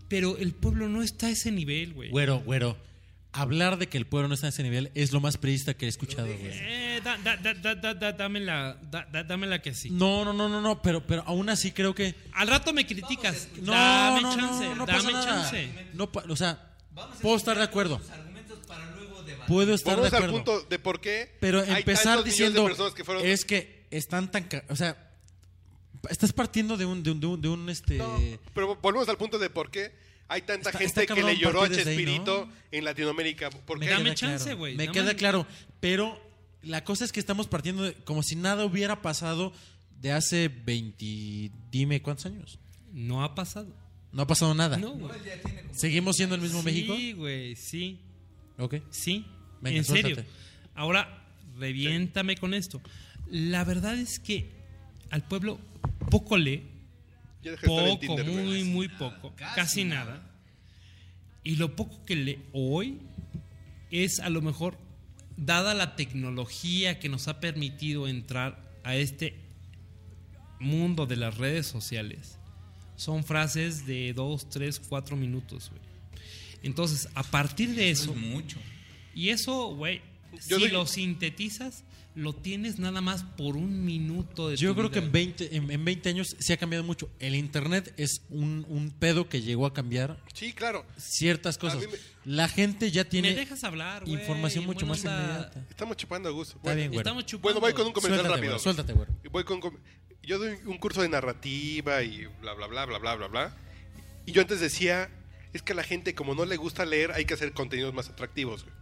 Pero el pueblo no está a ese nivel, güey.
Güero, güero. Hablar de que el pueblo no está a ese nivel es lo más priista que he escuchado, güey.
Eh, da- da- da- da- da- da- dame la, da- da- dame la que sí.
No, no, no, no, no, pero, pero aún así creo que.
Al rato me criticas.
No,
dame
no, no,
chance,
no, no pasa
dame
nada.
chance.
No, pa- o sea,
Vamos a
puedo estar de
escuchar
acuerdo.
sus argumentos para luego debatir.
Puedo estar
Vamos
de
al
acuerdo.
punto de por qué.
Pero
hay
empezar
tantos millones de
diciendo
personas que fueron-
es que están tan, ca- o sea, estás partiendo de un de un, de un, de un, este
No, pero volvemos al punto de por qué hay tanta
Está-
gente
está
que
cabrón
le lloró a
partir desde ahí,
Chespirito
¿no?
en Latinoamérica. ¿Por
me
qué?
Dame
queda
chance,
claro.
güey,
Me
dame-
queda claro, pero la cosa es que estamos partiendo de- como si nada hubiera pasado de hace 20 dime cuántos años.
No ha pasado.
No ha pasado nada.
No, güey.
Seguimos siendo el mismo México.
Sí, güey, sí.
Ok.
Sí,
Venga,
en serio.
suéltate.
Ahora, reviéntame con esto. La verdad es que al pueblo poco lee,
Ya dejé de estar en
poco,
Tinder, güey.
muy, muy poco, casi, nada. Y lo poco que lee hoy es a lo mejor, dada la tecnología que nos ha permitido entrar a este mundo de las redes sociales, son frases de 2, 3, 4 minutos. güey. Entonces, a partir de eso,
Eso es mucho.
y eso, güey, si
Yo soy-
lo sintetizas, lo tienes nada más por un minuto de
Yo
tu
creo que
vida.
en 20, en, en 20 años se ha cambiado mucho. El Internet es un, un pedo que llegó a cambiar
Sí, claro.
ciertas cosas.
mí me-
La gente ya tiene
Me dejas hablar, güey.
información mucho
buena
más
onda.
inmediata.
Estamos chupando a gusto.
Está
Bueno,
bien, güey.
Estamos chupando.
bueno, voy con un comercial
Suéltate,
rápido.
güey. Suéltate, güey.
Voy con com- yo doy un curso de narrativa y bla, bla, bla, bla, bla, bla, bla. Y yo antes decía, es que a la gente como no le gusta leer, hay que hacer contenidos más atractivos. güey.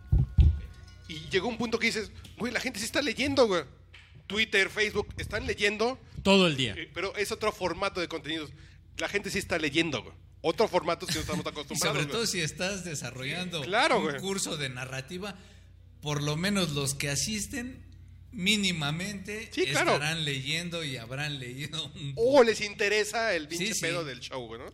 Y llegó un punto que dices, güey, la gente sí está leyendo, güey. Twitter, Facebook, están leyendo,
Todo el día.
Eh, Pero es otro formato de contenidos. La gente sí está leyendo, güey. Otro formato que no estamos
Y
acostumbrados.
sobre todo
güey.
si estás desarrollando
Sí, claro,
un
güey.
curso de narrativa, por lo menos los que asisten mínimamente
Sí, claro.
estarán leyendo y habrán leído un
O Oh, les interesa el pinche
Sí, sí.
pedo del show, güey, ¿no?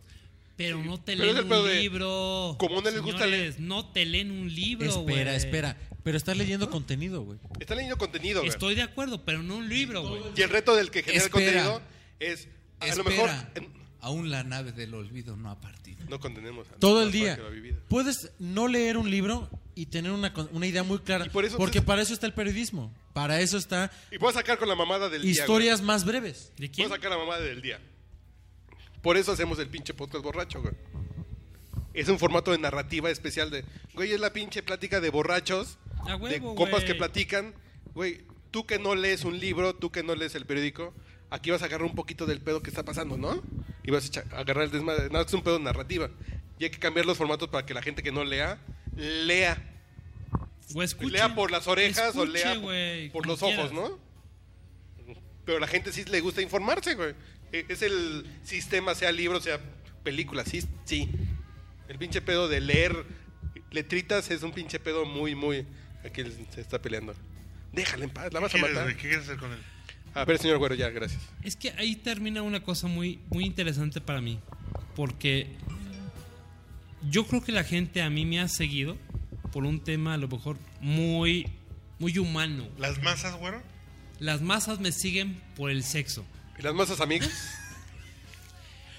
Pero no te
Pero es el
leen
pedo
un
de-
libro.
como no les gusta leer.
señores, No te leen un libro, güey.
espera, espera. Pero estás leyendo contenido, güey.
Están leyendo contenido, güey.
Estoy de acuerdo, pero no un libro, güey.
Y el reto del que genera el
Espera.
contenido es. A
Espera,
lo mejor. en-
aún la nave del olvido no ha partido.
No contenemos. a-
Todo
a-
el
a-
día.
que la vivida.
Puedes no leer un libro y tener una, con- una idea muy clara.
Y por eso-
porque para eso está el periodismo. Para eso está
Y voy a sacar con la mamada del
historias más breves.
¿De
día. güey.
quién?
Voy a sacar la mamada del día. Por eso hacemos el pinche podcast borracho, güey. Es un formato de narrativa especial de. Güey, es la pinche plática de borrachos.
A
de
huevo,
compas
güey.
que platican. Güey, tú que no lees un libro, tú que no lees el periódico, aquí vas a agarrar un poquito del pedo que está pasando, ¿no? Y vas a echa- a agarrar el desmadre. Nada, más que es un pedo de narrativa. Y hay que cambiar los formatos para que la gente que no lea, lea.
O escuche.
Pues lea por las orejas o
Escuche,
lea
güey,
por
como
los ojos,
quieras.
¿no? Pero la gente sí le gusta informarse, güey. E- Es el sistema, sea libro, sea película, sí, sí. El pinche pedo de leer letritas es un pinche pedo muy, muy... Aquí él se está peleando. Déjala en paz, la vas a
¿Quieres,
matar.
güey? ¿Qué quieres hacer con él?
A ver, señor Güero, ya, gracias.
Es que ahí termina una cosa muy, muy interesante para mí. Porque yo creo que la gente a mí me ha seguido por un tema a lo mejor muy, muy humano.
¿Las masas, güero?
Las masas me siguen por el sexo.
¿Y las masas amigas?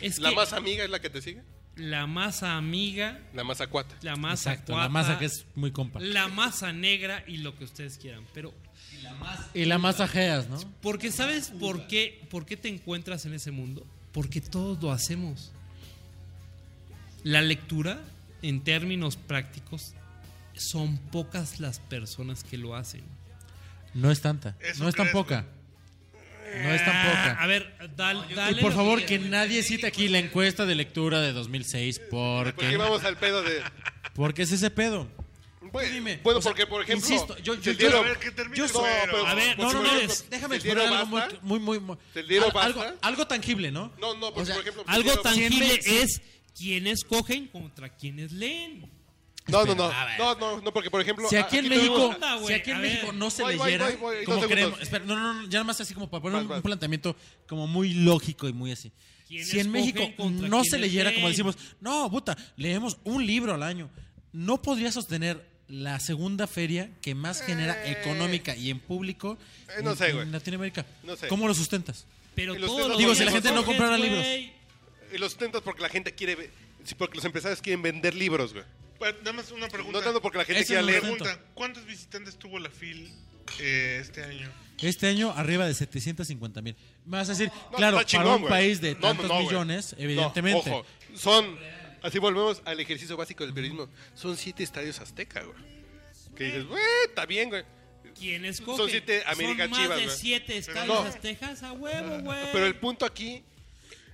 Es
¿La
que
masa amiga es la que te sigue?
la masa amiga,
La masa cuata.
la masa
Exacto, la
cuata,
masa que es muy compa.
la masa negra y lo que ustedes quieran. Pero
Y la masa geas, ¿no?
Porque sabes por qué, por qué te encuentras en ese mundo. Porque todos lo hacemos. La lectura, en términos prácticos, son pocas las personas que lo hacen.
No es tanta.
Eso
No es tan
crees,
poca. No es tan
Eh,
Ah, a
poca.
ver, dal- dale.
Y por
lo
favor,
que-
que nadie cite aquí la encuesta de lectura de 2006
Porque
porque,
Pues vamos al pedo de...
porque es ese pedo.
Bueno,
dime,
bueno,
o sea,
porque, por ejemplo...
insisto, yo-
si
yo-
el
yo-
libro-
a ver, que termine
yo
el
soy-
güero.
pero-
A ver,
por
No, no, no,
ejemplo,
es- déjame
¿te dieron
exponer algo muy,
basta?
muy, muy, muy-
¿Te dieron
al- algo,
basta?
algo tangible, ¿no?
No, no, porque,
O sea,
por ejemplo...
Algo
tan
tangible
siempre-
es quienes cogen contra quienes leen.
No, no, no.
Espera, a ver.
No, no, no, porque por ejemplo.
Si aquí en
tenemos-
México,
onda, Ah, güey?
si aquí en
A
México
ver.
no se
Voy, voy,
leyera,
voy, voy,
como
dos segundos.
creemos, espera, no, no, no, ya nada más así como para poner
Vas,
un,
vas.
un planteamiento como muy lógico y muy así.
¿Quiénes
Si en México
cogen contra
no se
quiénes
leyera, como
leen?
decimos, no, puta, leemos un libro al año, no podría sostener la segunda feria que más genera económica y en público
Eh, no sé,
en-
güey.
en Latinoamerca.
No sé.
¿Cómo lo sustentas?
Pero
Y los
todos
libros
los
Digo,
días
si la gente no
coges,
comprara libros.
güey.
Y los intentas porque la gente quiere. ve- sí, Porque los empresarios quieren vender libros, güey.
Pues, Nada más una pregunta.
No tanto porque la gente
Ese
quiera
no
leer.
lo
Pregunta, ¿cuántos visitantes tuvo la FIL eh, este año?
Este año arriba de 750 mil. Me vas a decir,
No,
claro,
está chingón,
para un
güey.
país de
No,
tantos
no, no, güey.
millones,
No,
evidentemente.
ojo, son. Así volvemos al ejercicio básico del periodismo. Son siete estadios azteca, güey. Que dices, güey, está bien, güey.
¿Quiénes cogen?
siete América
Son más
Chivas,
de
güey.
siete estadios
No.
aztecas a huevo, güey.
Pero el punto aquí.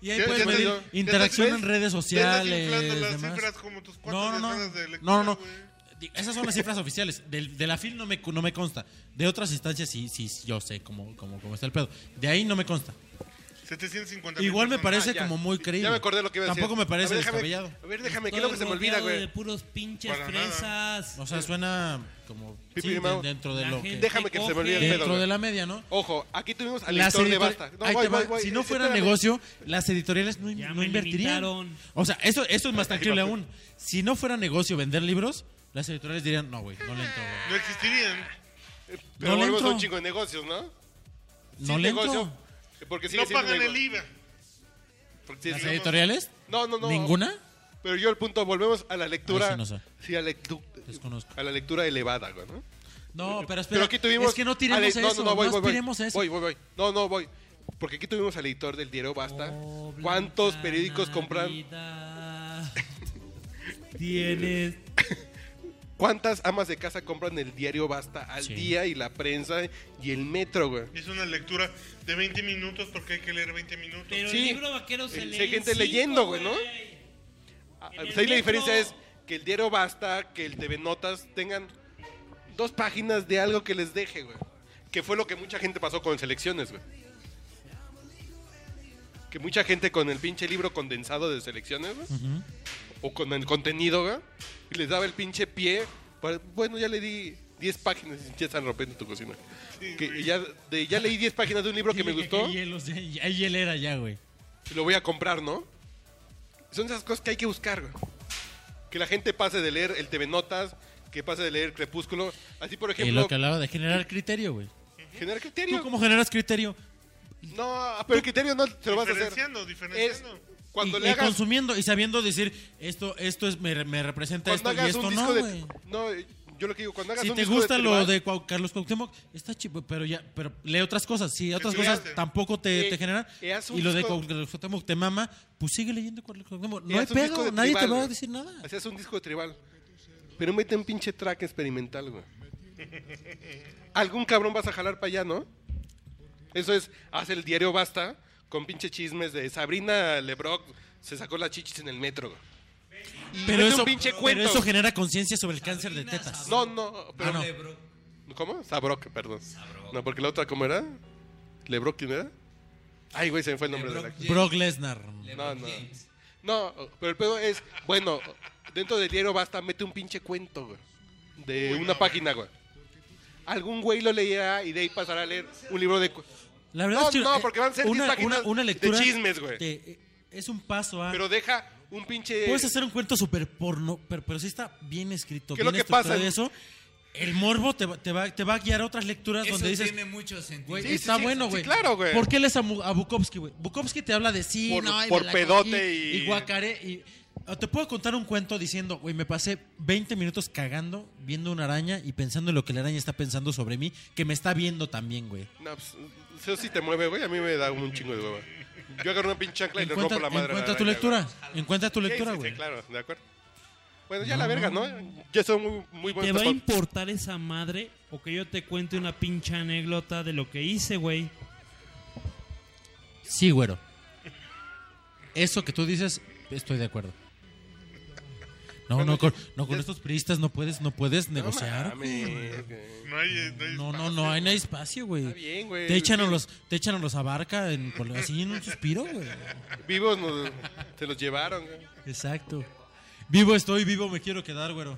Y ahí
Ya-
puedes
ya te
medir
digo, ya te-
interacción
¿ves?
en redes
Estás
sociales.
inflando las
demás.
cifras como tus cuatro
No, no, no.
semanas de lectura,
No, no, no.
güey.
Di- Esas son las cifras oficiales. Del- De, la FIL no me, no me consta. De otras instancias sí, sí, sí, yo sé cómo, cómo, cómo está el pedo. De ahí no me consta.
750
Igual me
ah,
personas.
parece
ya.
como muy creíble.
Ya me acordé lo que iba a decir.
Tampoco me parece
A ver, déjame-
descabellado.
A ver, déjame, que
Todo
luego se me olvida,
rodeado
güey.
De puros pinches
Para nada.
fresas.
O sea, suena como
Pipi
sí,
Mao.
de- dentro de
La
lo que.
gente
Déjame que se me olvide el pedo.
Dentro de
güey.
la media, ¿no?
Ojo, aquí tuvimos al
Las
editor de
editori-
basta. No, este
Ahí
voy,
te va.
voy, voy.
si no fuera
Espérame.
negocio, las editoriales no,
Ya
no
me
invertirían.
limitaron.
O sea, eso, eso es más tangible
papi.
aún. Si no fuera negocio vender libros, las editoriales dirían, no, güey, no le entro. güey.
No existirían.
Pero
No le
volvemos a
entro.
un chingo de negocios, ¿no?
No
Sí,
le entro.
Porque sigue
No
siendo
pagan
nego-
el IVA.
porque sigue
¿Las
siendo-
editoriales?
No, no, no.
¿Ninguna?
Pero yo el punto, volvemos a la lectura.
Ahí sí no sé.
Sí, a, lectu-
Desconozco.
a la lectura elevada, güey, ¿no?
No, pero espera.
Pero aquí tuvimos.
es que no tiremos
al-
eso.
No, no, no, voy,
no
voy, voy.
aspiremos a eso.
Voy, voy, voy. No, no, voy. Porque aquí tuvimos al editor del diario Basta.
Oh, Blanca
¿Cuántos periódicos compran?
Navidad. Tienes.
¿Cuántas amas de casa compran el diario Basta al
Sí.
día y la prensa y el metro, güey?
Es una lectura de 20 minutos porque hay que leer 20 minutos.
Pero
Sí.
el libro vaquero se
Sí,
lee.
hay
en
gente
cinco,
leyendo, güey, ¿no? Ah,
En
pues
el
ahí la
metro.
diferencia es que el diario Basta, que el TV Notas tengan dos páginas de algo que les deje, güey. Que fue lo que mucha gente pasó con selecciones, güey. Que mucha gente con el pinche libro condensado de selecciones, güey. O con el contenido, güey. y les daba el pinche pie. para- bueno, ya le di 10 páginas y ya están rompiendo tu cocina. Que ya, de- ya leí 10 páginas de un libro que me
Dile
gustó.
Hay hielos, ya- ya hay hielera ya, güey.
lo voy a comprar, ¿no? Son esas cosas que hay que buscar, güey. Que la gente pase de leer el TV Notas, que pase de leer Crepúsculo. Así, por
Y
ejemplo,
lo que hablaba de generar criterio, güey.
generar
¿Tú
criterio.
cómo generas criterio?
No, pero el criterio no se lo vas a hacer.
Diferenciando,
Es
diferenciando.
cuando
y,
le
y
hagas,
consumiendo y sabiendo decir esto esto es me, me representa
cuando
esto y
hagas
esto
un
no,
disco
güey.
de... No, eh, yo lo que digo, cuando hagas
Si
un
te
disco
gusta lo
tribal,
de Cuau- Carlos Cuauhtémoc, está chido, pero ya pero lee otras cosas. Si otras
estudiaste.
cosas tampoco te,
Eh,
te generan
eh, haz un
y lo de
disco-
Cuau- Carlos Cuauhtémoc te mama, pues sigue leyendo Carlos Cuauhtémoc.
eh,
No hay
haz un disco
pedo,
de
nadie te
tribal,
va a
güey.
decir nada.
Hacías un disco de tribal. Pero mete un pinche track experimental, güey. Algún cabrón vas a jalar para allá, ¿no? Eso es, hace el diario Basta con pinche chismes de Sabrina Lebrock se sacó las chichis en el metro. Y
Pero
mete
eso,
un pinche
pero
cuento.
eso genera conciencia sobre el cáncer de tetas.
No, no, pero...
Ah, no.
¿Cómo? Sabrock, perdón. No, porque la otra, ¿cómo era? ¿Lebrock quién era? Ay, güey, se me fue el nombre
Lebrock
de
Brock Lesnar.
la... No, no. No, pero el pedo es, bueno, dentro del diario Basta mete un pinche cuento, güey. De una página, güey. Algún güey lo leerá y de ahí pasará a leer un libro de... cu-
La verdad
No,
es que
no,
eh,
porque van a ser
una,
10 páginas
una- una
de
lectura
chismes, güey.
te- eh, es un paso a.
Pero eh, deja un pinche...
Puedes hacer un cuento súper porno, pero, pero sí está bien escrito,
¿Qué es
bien
lo que
estructurado
pasa?
y eso. El morbo te va, te va- te va a guiar a otras lecturas
Eso
donde dices,
tiene mucho sentido.
güey,
Sí, sí,
está
sí,
bueno,
sí,
güey.
claro, güey.
¿Por qué lees a, Mu- a Bukowski, güey? Bukowski te habla de sí,
Por-
no, y me
por
la
pedote
cogí,
y-
Y guacaré, y... o Te puedo contar un cuento diciendo, güey, me pasé 20 minutos cagando, viendo una araña y pensando en lo que la araña está pensando sobre mí, que me está viendo también, güey.
No, pues, eso sí te mueve, güey. A mí me da un chingo de hueva. Yo agarro una pinche chancla y le rompo
Encuentra,
la madre. a la
encuentra tu
araña, güey.
lectura, encuentra tu lectura,
Sí, sí, sí,
güey.
claro, de acuerdo. Bueno, ya la verga, ¿no? Ya son muy, muy
¿Te
buenos.
va a
por-
importar esa madre o que yo te cuente una pinche anécdota de lo que hice, güey?
Sí, güero. Eso que tú dices, estoy de acuerdo. No,
Bueno,
no, con,
ya-
no, con
ya-
estos priistas no puedes, no puedes
No
negociar.
mames, güey.
No hay, no hay
No, no,
espacio.
no, hay no hay espacio,
Está
güey.
bien, güey.
Te echan a los, te echan a los abarca en- por- así en un suspiro, güey.
Vivos nos, se los llevaron. güey.
Exacto. Vivo estoy, vivo me quiero quedar, güero.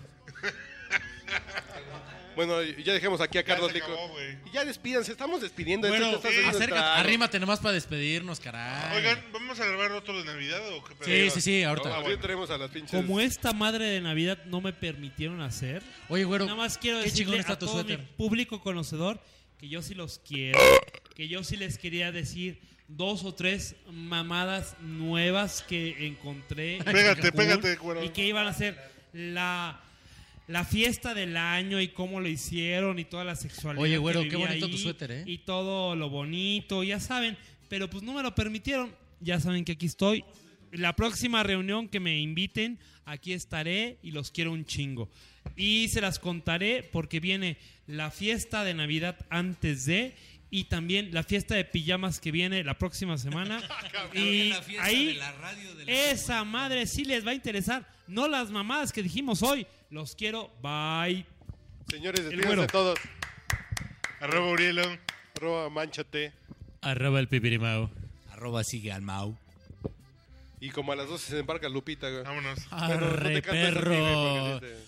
Bueno, ya dejemos aquí a
Ya
Carlos
se
Lico.
acabó, güey.
Y ya despídanse, estamos despidiendo.
Bueno,
entonces estás haciendo el
acércate,
trago.
arrímate nomás para despedirnos, caray.
Oigan, ¿vamos a grabar otro de Navidad o qué pedo?
Sí, sí, sí,
No,
ahorita.
ahorita entraremos a las pinches.
Como esta madre de Navidad no me permitieron hacer.
Oye, güero,
Nada más quiero
qué chingón
decirle
está
a
tu
todo mi
suéter.
público conocedor que yo sí los quiero, que yo sí les quería decir dos o tres mamadas nuevas que encontré. en
Pégate,
Cancún
pégate, güero.
Y que iban a ser la, la fiesta del año y cómo lo hicieron y toda la sexualidad.
Oye,
que
güero, qué
vivía
bonito
ahí,
tu suéter, ¿eh?
Y todo lo bonito, ya saben. Pero pues no me lo permitieron. Ya saben que aquí estoy. La próxima reunión que me inviten, aquí estaré y los quiero un chingo. Y se las contaré porque viene la fiesta de Navidad antes de y también la fiesta de pijamas que viene la próxima semana. y
Ah, la fiesta
ahí
de la radio de la
esa madre sí les va a interesar. No las mamadas que dijimos hoy. Los quiero. Bye.
Señores,
güero.
despídanse a todos.
Arroba Urielo.
Arroba, manchate.
Arroba el pipirimao.
Arroba sigue al Mau.
Y como a las 12 se embarca Lupita. güey.
Vámonos.
Bueno, no te
Arre,
cantes el tigre,
perro.
porque dice-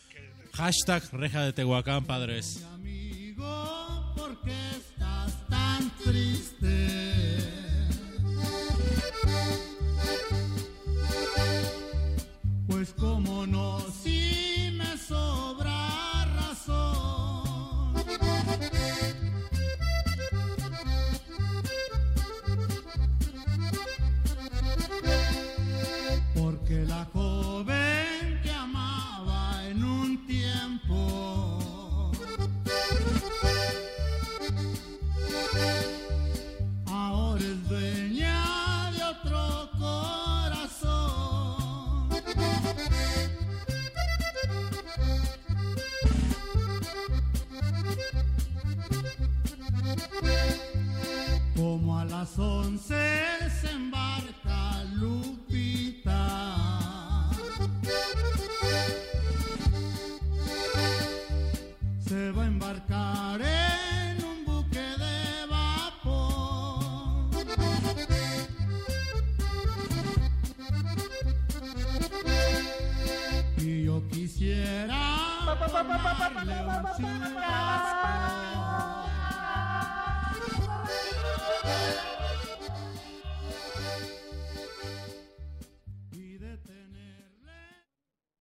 Hashtag reja de Tehuacán, padres.
Amigo, ¿por qué estás tan triste? Pues como no, si me sobra razón. Porque la joven que amaba en un tiempo ahora es dueña de otro corazón. Como a las once se embarca Lupita. Se va a embarcar en un buque de vapor. Y yo quisiera tomarle un